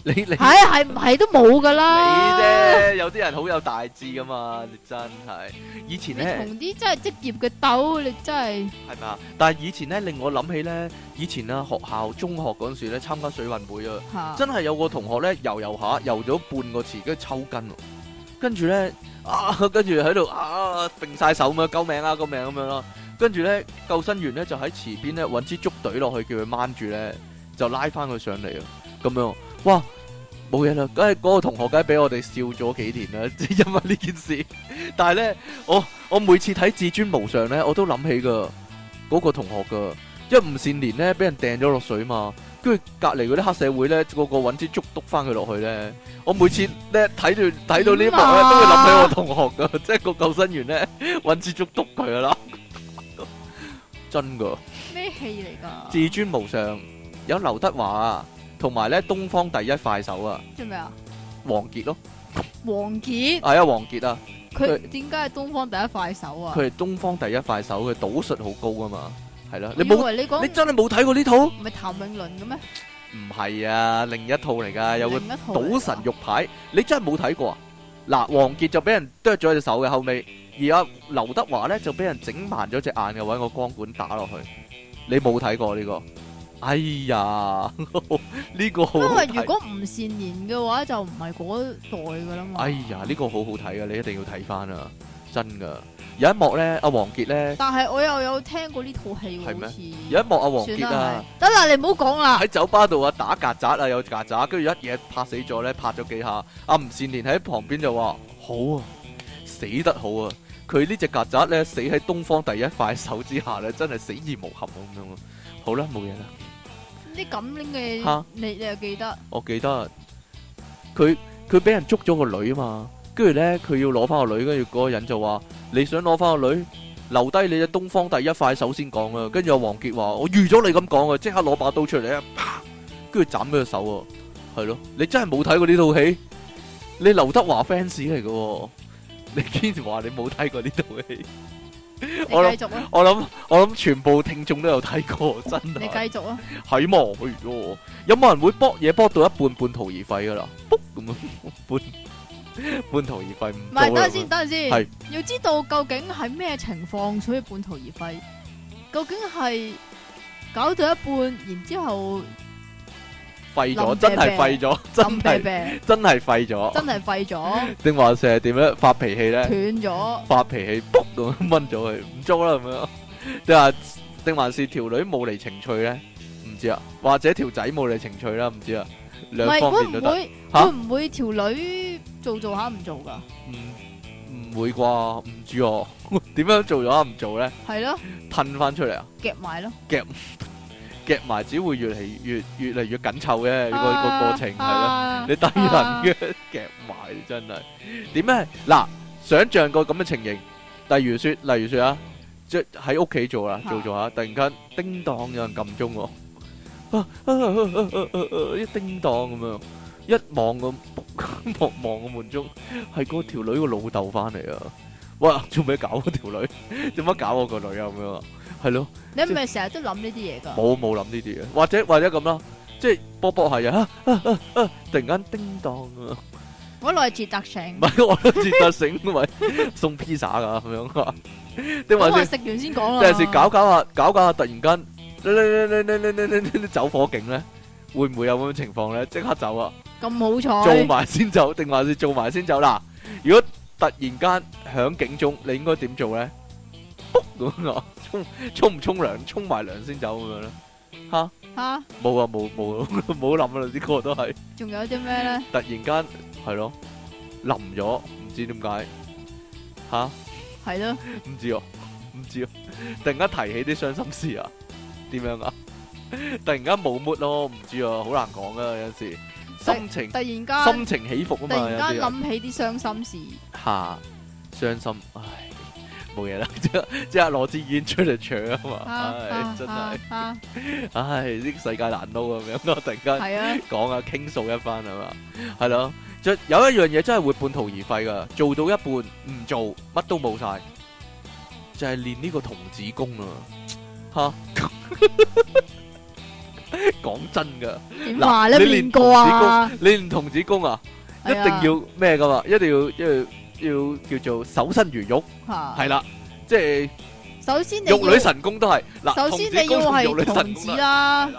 Speaker 2: 你你你
Speaker 1: 係啊係唔係都冇噶啦。
Speaker 2: 啫，有啲人好有大志噶嘛，你真係。以前
Speaker 1: 你
Speaker 2: 咧
Speaker 1: 同啲真係職業嘅鬥，你真係
Speaker 2: 係咪啊？但係以前咧令我諗起咧，以前啊學校中學嗰陣時咧參加水運會啊。
Speaker 1: 吓
Speaker 2: 真係有個同學咧游游下，游咗半個池，跟住抽筋喎，跟住咧啊，跟住喺度啊，揈晒手咁樣，救命啊，救命咁樣咯。跟住咧，救生員咧就喺池邊咧揾支竹隊落去，叫佢掹住咧，就拉翻佢上嚟啊，咁樣。哇，冇嘢啦，梗係嗰個同學梗係俾我哋笑咗幾年啦， 即係因為呢件事。但係咧，我我每次睇《至尊無上》咧，我都諗起噶嗰個同學噶，一唔善年咧俾人掟咗落水嘛。跟住隔離嗰啲黑社會咧，個個揾支竹篤翻佢落去咧。我每次咧睇到睇到呢一幕咧，都
Speaker 1: 點啊
Speaker 2: 會諗起我同學 噶，即係個救生員咧揾支竹篤佢噶啦，真噶。
Speaker 1: 咩戲嚟噶？
Speaker 2: 至尊無上有劉德華啊，同埋咧東方第一快手啊，
Speaker 1: 做咩啊？
Speaker 2: 王傑咯，
Speaker 1: 王傑
Speaker 2: 係啊，王傑啊，
Speaker 1: 佢
Speaker 2: 佢
Speaker 1: 點解係東方第一快手啊？
Speaker 2: 佢係東方第一快手，佢賭術好高啊嘛，係啦，
Speaker 1: 我
Speaker 2: 你
Speaker 1: 以
Speaker 2: 冇
Speaker 1: 為你講
Speaker 2: 你真係冇睇過呢套？
Speaker 1: 唔係譚詠麟嘅咩？
Speaker 2: 唔係啊，另一套嚟噶，有個
Speaker 1: 另一套嚟啊㗎
Speaker 2: 賭神玉牌，你真係冇睇過啊？嗱，王傑就俾人剁咗隻手嘅後尾，而阿劉德華咧就俾人整盲咗隻眼嘅，揾個光管打落去，你冇睇過呢個？哎呀， 呢個好
Speaker 1: 因
Speaker 2: 好
Speaker 1: 為
Speaker 2: 睇
Speaker 1: 如果唔善言嘅話，就唔係嗰代噶啦嘛。
Speaker 2: 哎呀，呢、個好好睇噶，你一定要睇翻啊！真噶，有一幕咧，阿王傑咧，
Speaker 1: 但係我又有聽過呢套戲喎，
Speaker 2: 係咩
Speaker 1: 好似
Speaker 2: 有一幕阿王
Speaker 1: 算
Speaker 2: 傑
Speaker 1: 啦
Speaker 2: 啊，
Speaker 1: 係得啦，你唔好講啦。
Speaker 2: 喺酒吧度啊打曱甴啊，有曱甴，跟住一嘢拍死咗咧，拍咗幾下。阿吳善蓮喺旁邊就話：好啊，死得好啊！佢呢只曱甴咧死喺東方第一快手之下咧，真係死而無憾啊咁樣啊。好啦，冇嘢啦。
Speaker 1: 啲咁拎嘅
Speaker 2: 嚇，
Speaker 1: 你你又記得？
Speaker 2: 我記得佢佢俾人捉咗個女啊嘛，跟住咧佢要攞翻個女，跟住嗰個人就話：你想攞翻個女，留低你隻東方第一快手先講啊！跟住阿王傑話：我預咗你咁講啊，即刻攞把刀出嚟啊！啪跟住斬咗隻手喎，係咯，你真係冇睇過呢套戲？你劉德華 fans 嚟嘅喎，你堅持話你冇睇過呢套戲？
Speaker 1: 你
Speaker 2: 我諗
Speaker 1: 繼續啊，
Speaker 2: 我諗我諗全部聽眾都有睇過，真
Speaker 1: 你
Speaker 2: 係。
Speaker 1: 繼續啊。
Speaker 2: 係嘛？哎喲，有冇人會搏嘢搏到一半半途而廢 噶啦？卜咁樣半半途而廢唔
Speaker 1: 唔係，
Speaker 2: 做
Speaker 1: 等
Speaker 2: 啦
Speaker 1: 陣先，等陣
Speaker 2: 係
Speaker 1: 先。要知道究竟係咩情況，所以半途而廢。究竟係搞到一半，然之後
Speaker 2: 廢咗，
Speaker 1: 林
Speaker 2: 真係
Speaker 1: 啤啤
Speaker 2: 廢咗，真
Speaker 1: 冧啤
Speaker 2: 係
Speaker 1: 啤，
Speaker 2: 真係廢咗，
Speaker 1: 真係廢 咗，
Speaker 2: 定還是係點樣發脾氣咧？
Speaker 1: 斷咗。
Speaker 2: 發脾氣卜咁樣掹咗佢，唔做啦咁樣。定話定還是條女冇嚟情趣咧？唔知啊，或者條仔冇嚟情趣啦，唔知啊，
Speaker 1: 唔
Speaker 2: 兩
Speaker 1: 係
Speaker 2: 方
Speaker 1: 會
Speaker 2: 面都
Speaker 1: 唔
Speaker 2: 得，
Speaker 1: 會
Speaker 2: 嚇
Speaker 1: 會唔會條女做做下唔做㗎？
Speaker 2: 唔唔會啩？唔知哦， 點樣做咗唔做咧？
Speaker 1: 係咯，
Speaker 2: 褪翻出嚟啊！
Speaker 1: 夾埋咯。
Speaker 2: 夾埋只會越嚟越越嚟越緊湊嘅個個
Speaker 1: 啊
Speaker 2: 過程係咯，
Speaker 1: 啊
Speaker 2: 你低能
Speaker 1: 啊
Speaker 2: 嘅夾 埋真係點咧？嗱，想像個咁嘅情形，例如説，例如説啊，即係喺屋企做啦，
Speaker 1: 啊
Speaker 2: 做做下，突然間叮當有人撳鐘喎，啊啊啊啊啊啊啊一叮當咁樣，一望咁 望望個門鐘，係嗰條女個老豆翻嚟啊！哇，做咩搞我條女？ 做乜搞我個女啊？咁樣啊，係咯。
Speaker 1: 你係咪成日都諗呢啲嘢㗎？
Speaker 2: 冇冇諗呢啲嘢，或者或者咁啦，即係波波係啊啊啊啊，突然間叮當啊，
Speaker 1: 我耐住特醒
Speaker 2: 唔，係我都自得醒，咪送 pizza 噶咁樣啊，定
Speaker 1: 咁
Speaker 2: 還
Speaker 1: 我
Speaker 2: 是
Speaker 1: 食完先講啦。
Speaker 2: 定還是搞搞下搞搞下，突然間你你你你你你你走火警咧，會唔會有咁嘅情況咧？即刻走啊！
Speaker 1: 咁好彩
Speaker 2: 做。埋先走，定還是做埋先走嗱？如果突然間響警鐘，你應該點做咧？卜咁啊，沖沖唔沖涼，沖埋涼先走咁樣咧？嚇
Speaker 1: 吓，
Speaker 2: 冇啊，冇冇 冇諗啦，呢個都係
Speaker 1: 仲有啲咩咧？
Speaker 2: 突然間係咯，冧咗，唔知點解嚇，
Speaker 1: 係咯，
Speaker 2: 唔知啊，唔知啊， 突然間提起啲傷心事啊，點樣啊？ 突然間冇 mood 咯，唔知啊，好難講啊，有陣時心情
Speaker 1: 突然間
Speaker 2: 心情起伏啊
Speaker 1: 突
Speaker 2: 嘛，有
Speaker 1: 然
Speaker 2: 啲
Speaker 1: 間
Speaker 2: 人。
Speaker 1: 諗起啲傷心事，
Speaker 2: 吓，傷心，唉，冇嘢啦， 即係即係攞支煙出嚟搶啊
Speaker 1: 啊
Speaker 2: 嘛，唉
Speaker 1: 啊，
Speaker 2: 真
Speaker 1: 啊
Speaker 2: 係，
Speaker 1: 啊
Speaker 2: 唉，呢個世界難撈啊咁樣咯，突然間
Speaker 1: 係啊，
Speaker 2: 講啊，傾訴一番係嘛，係咯，就有一樣嘢真係會半途而廢噶，做到一半唔做，乜都冇晒，就係練呢個童子功啊，吓， 講真噶，
Speaker 1: 點
Speaker 2: 嗱
Speaker 1: 話咧？
Speaker 2: 你
Speaker 1: 練
Speaker 2: 練
Speaker 1: 過啊？
Speaker 2: 你練童子功啊，一
Speaker 1: 係
Speaker 2: 定
Speaker 1: 啊
Speaker 2: 要咩噶嘛，一定要要要叫做守身如玉。
Speaker 1: 嚇
Speaker 2: 系啦，即系
Speaker 1: 首先你
Speaker 2: 玉女
Speaker 1: 要
Speaker 2: 神功都系嗱，
Speaker 1: 首先你要係童子啦，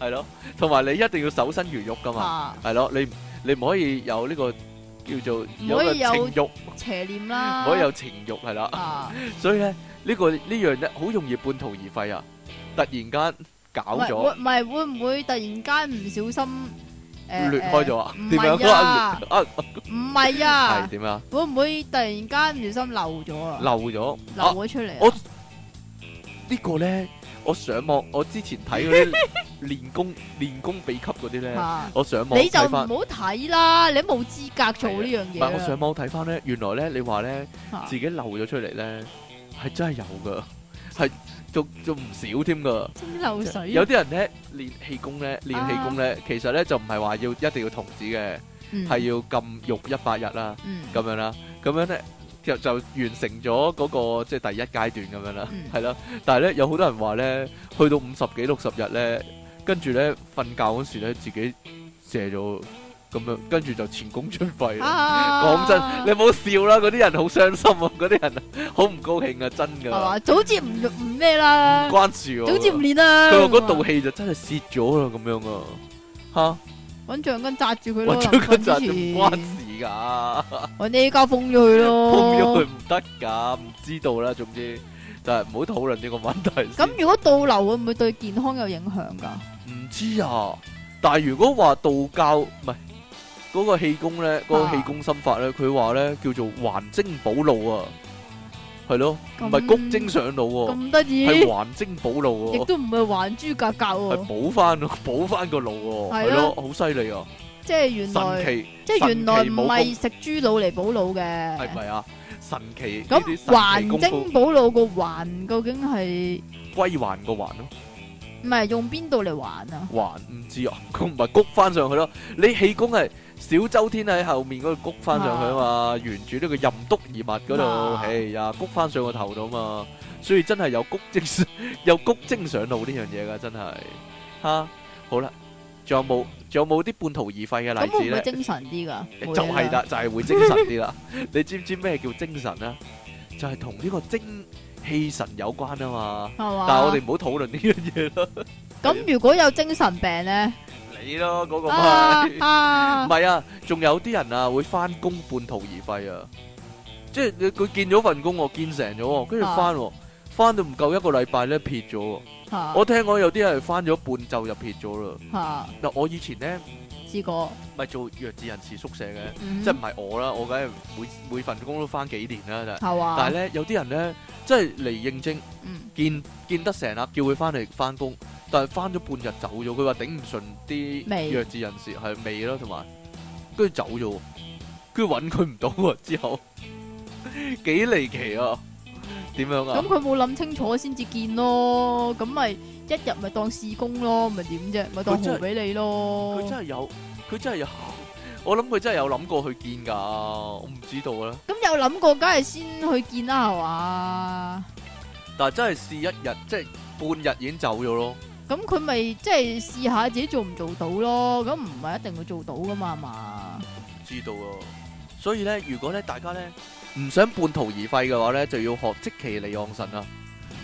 Speaker 2: 系咯，同埋你一定要守身如玉噶嘛，
Speaker 1: 嚇
Speaker 2: 系咯，你你唔可以有呢个叫做
Speaker 1: 唔
Speaker 2: 有
Speaker 1: 可
Speaker 2: 個
Speaker 1: 以有啊
Speaker 2: 情欲，唔
Speaker 1: 邪念啦，
Speaker 2: 可以有情欲系啦，
Speaker 1: 啊
Speaker 2: 所以咧呢个呢樣咧好容易半途而廢啊，突然間搞
Speaker 1: 喂
Speaker 2: 咗
Speaker 1: 會唔係會唔會突然間唔小心誒
Speaker 2: 裂開咗啊
Speaker 1: 誒唔，
Speaker 2: 點
Speaker 1: 係
Speaker 2: 樣啊
Speaker 1: 啊？
Speaker 2: 啊
Speaker 1: 唔係
Speaker 2: 係
Speaker 1: 啊，
Speaker 2: 點啊？
Speaker 1: 會唔會突然間唔小心漏咗啊？
Speaker 2: 漏咗
Speaker 1: 漏
Speaker 2: 啊！
Speaker 1: 咗出嚟啊，
Speaker 2: 我呢個咧，我上網我之前睇嗰啲 練功練功秘笈嗰啲咧。
Speaker 1: 嚇
Speaker 2: 我上網
Speaker 1: 啊你就
Speaker 2: 睇
Speaker 1: 唔
Speaker 2: 翻，
Speaker 1: 好睇啦，你冇資格做呢樣
Speaker 2: 唔
Speaker 1: 嘢
Speaker 2: 係我
Speaker 1: 啦
Speaker 2: 上網睇翻咧，原來咧你話咧
Speaker 1: 嚇
Speaker 2: 自己漏咗出嚟咧，係真係有噶，係仲仲唔少添噶。
Speaker 1: 蒸馏水啊
Speaker 2: 有啲人咧練氣功咧，練氣功咧，其實咧就唔係話要一定要童子嘅，
Speaker 1: 嗯
Speaker 2: 係要禁欲一百日啦，
Speaker 1: 嗯
Speaker 2: 咁樣啦，咁樣咧。就就完成咗嗰、個即係第一階段咁樣啦，
Speaker 1: 嗯
Speaker 2: 係啦、但係咧有好多人話咧，去到五十幾六十日咧，跟住咧瞓覺嗰時咧自己射咗咁樣，跟住就前功盡廢啦。
Speaker 1: 啊
Speaker 2: 講真，
Speaker 1: À.
Speaker 2: 你唔好笑啦，嗰啲人好傷心啊，嗰啲人好唔高興啊，真
Speaker 1: 係
Speaker 2: 噶，
Speaker 1: 嘛？早知唔唔咩啦
Speaker 2: 唔，關事
Speaker 1: 早知唔練
Speaker 2: 喎。
Speaker 1: 啦。
Speaker 2: 佢話嗰道氣就真係泄咗啦，咁樣啊，吓，
Speaker 1: 揾橡筋扎住佢咯，
Speaker 2: 我將佢
Speaker 1: 臨
Speaker 2: 就
Speaker 1: 瞓之前
Speaker 2: 唔關事噶，
Speaker 1: 揾啲膠封咗佢 咯。
Speaker 2: 碰咗佢唔得噶，唔知道啦，總之，但係唔好討論呢個問題先。
Speaker 1: 咁如果倒流會唔會對健康有影響㗎？
Speaker 2: 唔知啊，但係如果話道教唔係嗰個氣功咧，嗰、個
Speaker 1: 啊
Speaker 2: 氣功心法咧，佢話咧叫做還精補腦啊，係咯，唔
Speaker 1: 咁
Speaker 2: 係谷精上腦喎、
Speaker 1: 咁得意，
Speaker 2: 係還精補腦
Speaker 1: 亦
Speaker 2: 喎、
Speaker 1: 都唔係還珠格格
Speaker 2: 係
Speaker 1: 喎，
Speaker 2: 補翻咯， 補翻個腦喎、
Speaker 1: 係
Speaker 2: 係
Speaker 1: 啊
Speaker 2: 咯，好犀利啊，
Speaker 1: 即係原
Speaker 2: 神
Speaker 1: 來
Speaker 2: 奇，
Speaker 1: 即係原來唔
Speaker 2: 神奇武功
Speaker 1: 係食豬腦嚟補腦
Speaker 2: 係
Speaker 1: 嘅。
Speaker 2: 咪啊？神奇呢啲
Speaker 1: 咁還
Speaker 2: 神奇功
Speaker 1: 精補腦個還究竟係
Speaker 2: 夫歸還個還咯，
Speaker 1: 唔係用邊度嚟還啊？
Speaker 2: 還唔知啊，佢唔係谷翻上去咯，你氣功係。小周天喺後面嗰度谷翻上去啊嘛，沿住呢個任督二脈嗰度，
Speaker 1: 啊
Speaker 2: 哎呀，谷翻上個頭度嘛，所以真係有谷精 有谷精上腦呢樣嘢噶，真係吓好啦，仲有冇仲有冇啲半途而廢嘅
Speaker 1: 咁
Speaker 2: 例
Speaker 1: 會
Speaker 2: 子
Speaker 1: 唔會
Speaker 2: 咧？
Speaker 1: 精神啲㗎？
Speaker 2: 就
Speaker 1: 會啊㗎
Speaker 2: 係啦，，就係會精神啲啦。你知唔知咩叫精神啊？就係同呢個精氣神有關啊嘛。
Speaker 1: 係嘛？
Speaker 2: 但係我哋唔好討論呢樣嘢啦。
Speaker 1: 咁如果有精神病咧，
Speaker 2: 你咯，嗰個
Speaker 1: 啊
Speaker 2: 咪唔
Speaker 1: 啊，
Speaker 2: 係啊？仲有啲人啊，會翻工半途而廢啊。即係你佢見咗份工喎，見成咗喎，跟住翻喎，翻到唔夠一個禮拜咧撇咗喎。
Speaker 1: 嚇
Speaker 2: 我聽講有啲人翻咗半晝就撇咗啦。
Speaker 1: 嚇
Speaker 2: 嗱，我以前咧
Speaker 1: 試過，
Speaker 2: 咪做弱智人士宿舍嘅，
Speaker 1: 嗯
Speaker 2: 即係唔係我啦，我梗係每每份工都翻幾年啦，但係。
Speaker 1: 係嘛？
Speaker 2: 但係咧，有啲人咧，即係嚟應徵，
Speaker 1: 嗯
Speaker 2: 見見得成啦，叫佢翻嚟翻工，但係翻咗半日走咗，佢話頂唔順啲
Speaker 1: 味
Speaker 2: 弱智人士係味咯，同埋跟住走咗，跟住揾佢唔到喎，之後 幾離奇啊！點樣啊
Speaker 1: 咁？佢冇諗清楚先至見咯，咁咪一日咪當試工咯，咪點啫？咪當
Speaker 2: 佢真係
Speaker 1: 號俾你咯。
Speaker 2: 佢真係有，佢真係有，我諗佢真係有諗過去見㗎，我唔知道啊啦。
Speaker 1: 咁有諗過，梗係先去見啦，係嘛？
Speaker 2: 但係真係試一日，即係半日已經走咗咯。
Speaker 1: 咁佢咪即係試下自己做唔做到咯？咁唔係一定會做到噶嘛，係嘛？
Speaker 2: 知道啊。所以咧，如果咧大家咧唔想半途而廢嘅話咧，就要學即其離岸神啊，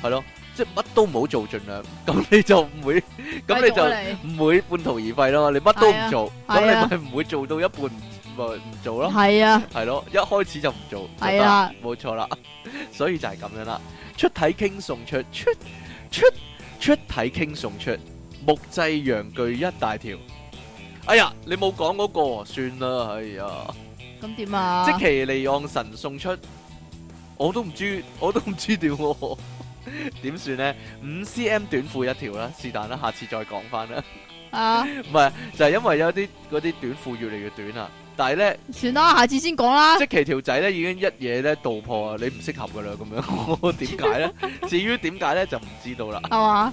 Speaker 2: 係咯，即係乜都唔好做，盡量 咁你就唔會，咁
Speaker 1: 繼續啊
Speaker 2: 你
Speaker 1: 你
Speaker 2: 就唔會半途而廢咯。你乜都唔做，
Speaker 1: 係啊係
Speaker 2: 咁
Speaker 1: 啊
Speaker 2: 你咪唔會做到一半咪唔做咯，
Speaker 1: 係啊，
Speaker 2: 係咯，一開始就唔做，就得
Speaker 1: 係啊，
Speaker 2: 冇錯啦。所以就係咁樣啦。出體傾送出出出出體傾送出木製陽具一大條。哎呀，你冇講嗰個啊，算啦，哎呀。
Speaker 1: 咁點啊？
Speaker 2: 即其利昂神送出，我都唔知，我都唔知點喎 點算呢？五 cm 短褲一條啦，是但啦，下次再講翻啦。
Speaker 1: 啊，
Speaker 2: 唔係就係因為有啲嗰啲短褲越嚟越短啦，但係呢，
Speaker 1: 算啦，下次先講 啦。
Speaker 2: 即其條仔呢已經一嘢呢道破啊，你唔適合噶啦咁樣， 我點解呢？至於點解呢，就唔知道啦。
Speaker 1: 係嘛？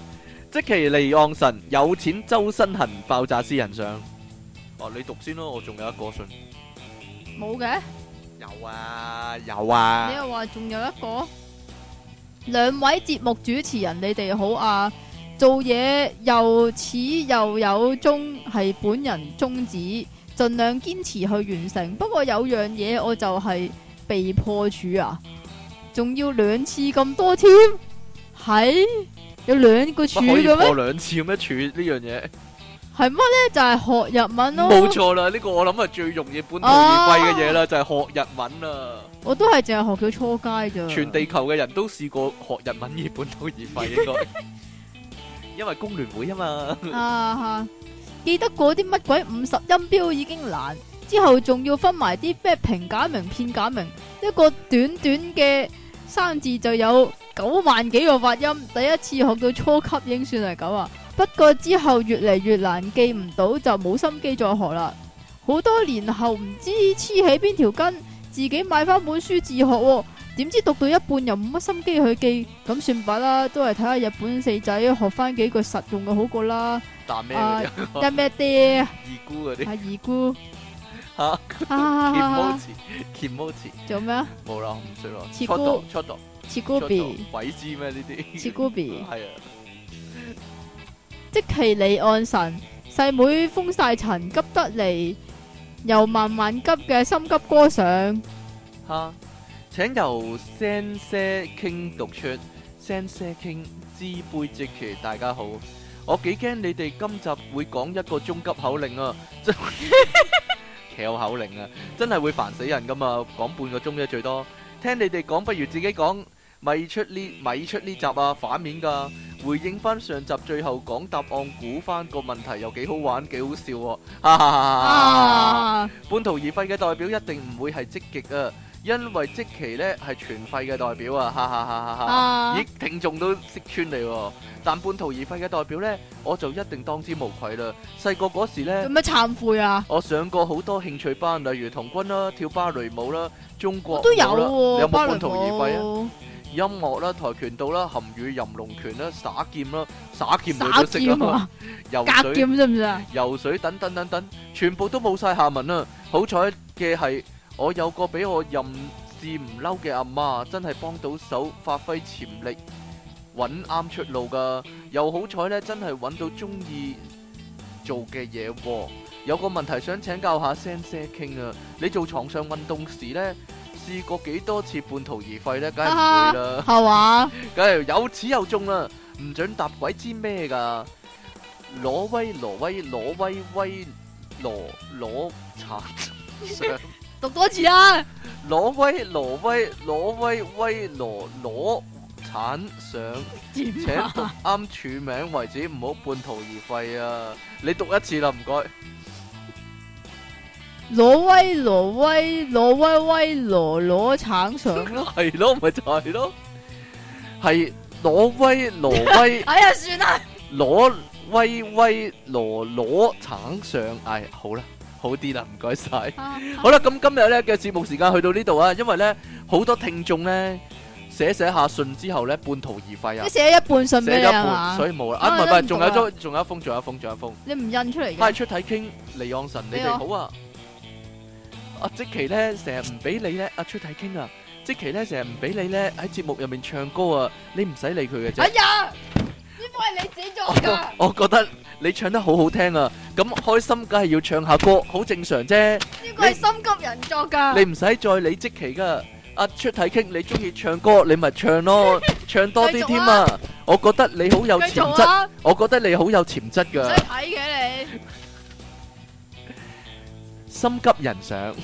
Speaker 2: 即其利昂神有錢周身痕，爆炸私人相。哦，你讀先咯，我仲有一個信。
Speaker 1: 冇嘅，
Speaker 2: 有啊，有啊。
Speaker 1: 你又話仲有一個兩位節目主持人，你哋好啊！做嘢又似又有宗，係本人宗旨，盡量堅持去完成。不過有樣嘢我就係被破處啊，仲要兩次咁多添，係有兩個柱
Speaker 2: 乜可以
Speaker 1: 嘅咩
Speaker 2: 破？兩次咁一處呢樣嘢？
Speaker 1: 係乜咧？就係、學日文咯。
Speaker 2: 冇錯啦，呢個我諗係最容易本土而歸嘅嘢啦，就係學日文啦。
Speaker 1: 我都係淨係學佢初階咋。
Speaker 2: 全地球嘅人都試過學日文而本土而廢， 應該因為工聯會啊嘛。
Speaker 1: 啊！記得嗰啲乜鬼五十音標已經難，之後仲要分埋啲咩平假名、片假名，一個短短嘅生字就有九萬幾個發音。第一次學到初級已經算係咁啊，不過之後越嚟越難記唔到，就冇心機再學啦。好多年後唔知黐起邊條筋，自己買翻本書自學喎、點知讀到一半又冇乜心機去記，咁算罷啦，都係睇下日本四仔學翻幾句實用嘅好過啦。
Speaker 2: 彈咩
Speaker 1: 啊
Speaker 2: 嗰啲啊
Speaker 1: 一咩爹啊，
Speaker 2: 二姑嗰啲
Speaker 1: 阿二姑
Speaker 2: 嚇
Speaker 1: 啊，
Speaker 2: ，Kimochi，Kimochi
Speaker 1: 做咩啊？
Speaker 2: 冇啦，我唔識咯。
Speaker 1: 切
Speaker 2: 出
Speaker 1: 菇
Speaker 2: 道出道
Speaker 1: 切
Speaker 2: 出
Speaker 1: 古
Speaker 2: 道
Speaker 1: 比，
Speaker 2: 鬼知咩呢啲？
Speaker 1: 切古比，
Speaker 2: 係啊，
Speaker 1: 即其離岸神，細妹封晒塵，急得嚟又慢慢急嘅心急歌上，
Speaker 2: 嚇！請由 Sensei King 讀出 Sensei King 知杯即期，大家好。我幾驚你哋今集會講一個中急口令啊， 真 翹口令啊，真係會煩死人噶嘛！講半個鐘啫最多，聽你哋講不如自己講，咪出呢咪出呢集啊，反面噶。回應翻上集最後講答案，估翻個問題又幾好玩，幾好笑喎、哈哈哈哈
Speaker 1: 啊，
Speaker 2: 半途而廢嘅代表一定唔會係積極啊，因為積期呢係全廢嘅代表啊，哈哈哈哈哈！
Speaker 1: 啊
Speaker 2: 咦，聽眾都識穿你喎，但半途而廢嘅代表呢，我就一定當之無愧啦。細個嗰時
Speaker 1: 有
Speaker 2: 呢，
Speaker 1: 咩懺悔啊？
Speaker 2: 我上過好多興趣班，例如童軍啦、跳芭蕾舞啦、中國
Speaker 1: 我都有
Speaker 2: 舞啦你
Speaker 1: 喎，
Speaker 2: 有冇
Speaker 1: 芭蕾
Speaker 2: 半途而廢啊？
Speaker 1: 舞，
Speaker 2: 音樂啦、跆拳道啦、含語吟龍拳啦、耍劍啦、耍劍你
Speaker 1: 耍
Speaker 2: 都識
Speaker 1: 劍
Speaker 2: 啦，
Speaker 1: 啊，
Speaker 2: 游
Speaker 1: 格
Speaker 2: 水。
Speaker 1: 劍識唔識啊？
Speaker 2: 游水等等等等，全部都冇晒下文啦。好彩嘅係，我有個俾我任試唔嬲嘅阿媽，真係幫到手，發揮潛力，揾啱出路噶。又好彩呢，真係揾到中意做嘅嘢喎。有個問題想請教下 Sensei King 啊，你做床上運動時呢，試過幾多次半途而廢呢？梗係唔會啦。
Speaker 1: 係嘛？
Speaker 2: 梗係有始有終啦，唔准搭鬼知咩噶？挪威挪威挪威威挪挪查上
Speaker 1: 讀多次啦，
Speaker 2: 挪威挪威挪威威挪挪產上，
Speaker 1: 點
Speaker 2: 請
Speaker 1: 啊
Speaker 2: 讀啱署名為止，唔好半途而廢啊！你讀一次啦，唔該。
Speaker 1: 挪威挪威挪威威挪挪橙上咯。
Speaker 2: 係咯，咪就係咯，係挪威 挪威。
Speaker 1: 哎呀，算啦，
Speaker 2: 攞威威羅攞橙上，唉，好啦，好啲啦，唔該晒。
Speaker 1: à.
Speaker 2: 好啦，咁今日咧嘅節目時間去到呢度啊，因為咧好多聽眾咧寫寫下信之後咧半途而廢啊
Speaker 1: 你，寫一半信俾
Speaker 2: 寫
Speaker 1: 你
Speaker 2: 咗一
Speaker 1: 係
Speaker 2: 半，
Speaker 1: 嘛
Speaker 2: 所？以冇啦。
Speaker 1: 啊
Speaker 2: 啊，唔係唔係，
Speaker 1: 你都唔
Speaker 2: 仲
Speaker 1: 讀啊
Speaker 2: 有咗，仲有一封，仲有一封，仲有一封。
Speaker 1: 你唔印出嚟
Speaker 2: 派
Speaker 1: 嘅，
Speaker 2: 出體傾，離岸神，你
Speaker 1: 俾
Speaker 2: 哋
Speaker 1: 我
Speaker 2: 好啊！阿即奇咧成日唔俾你咧，阿出體傾啊！即奇咧成日唔俾你咧喺節目入面唱歌啊，你唔使理佢嘅啫
Speaker 1: 哎。呀，呢個係你自己作噶，
Speaker 2: 我覺得你唱得好好聽啊！咁開心梗係要唱下歌，好正常啫。
Speaker 1: 呢個係心急人作噶
Speaker 2: 你。唔使再理即期噶。阿出體傾，你中意唱歌，你咪 唱咯，唱多啲添啊！我覺得你好有
Speaker 1: 繼續
Speaker 2: 潛質，
Speaker 1: 啊，唔
Speaker 2: 我覺得你好有潛質
Speaker 1: 使
Speaker 2: 噶。
Speaker 1: 睇嘅你，
Speaker 2: 心急人上，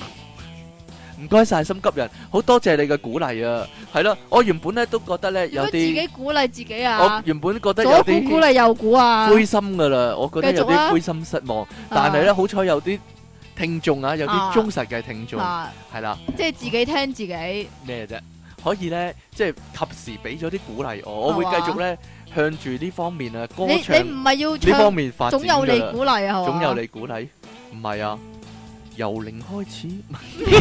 Speaker 2: 唔該晒心急人，好多謝你嘅鼓勵啊！係啦，我原本咧都覺得咧有
Speaker 1: 點解自
Speaker 2: 啲，
Speaker 1: 己鼓勵自己
Speaker 2: 我
Speaker 1: 啊，
Speaker 2: 原本覺得有
Speaker 1: 左鼓鼓
Speaker 2: 啲
Speaker 1: 勵右鼓啊，
Speaker 2: 灰心噶啦，我覺得有
Speaker 1: 繼續啊
Speaker 2: 啲灰心失望。但係咧，好彩有啲聽眾啊，有啲
Speaker 1: 啊
Speaker 2: 忠實嘅聽眾
Speaker 1: 啊，
Speaker 2: 係啦。
Speaker 1: 即係自己聽自己，
Speaker 2: 咩啫？可以咧，即係及時俾咗啲鼓勵我，我會
Speaker 1: 係嘛
Speaker 2: 繼續咧向住呢方面啊歌
Speaker 1: 你
Speaker 2: 唱
Speaker 1: 你唔係要
Speaker 2: 呢方
Speaker 1: 唱，
Speaker 2: 面發展
Speaker 1: 總有你
Speaker 2: 㗎啦
Speaker 1: 鼓勵啊，係嘛
Speaker 2: 總有你鼓勵，唔係啊，由零開始。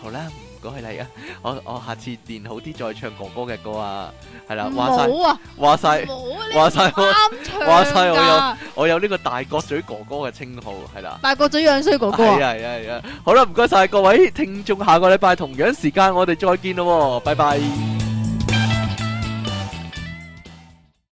Speaker 2: 好啦，唔該你啊，我我下次練好啲再唱哥哥嘅歌啊，係啦，
Speaker 1: 唔
Speaker 2: 話晒
Speaker 1: 好啊，
Speaker 2: 話晒，
Speaker 1: 唔好啊，
Speaker 2: 話晒
Speaker 1: 你唔
Speaker 2: 我
Speaker 1: 啱唱
Speaker 2: 話晒我
Speaker 1: 㗎，
Speaker 2: 我有呢個大角咀哥哥嘅稱號，係啦。
Speaker 1: 大個嘴樣衰哥哥
Speaker 2: 係
Speaker 1: 啊，
Speaker 2: 啊係啊係啊！好啦，唔該晒各位聽眾，下個禮拜同樣時間我哋再見咯喎，拜拜。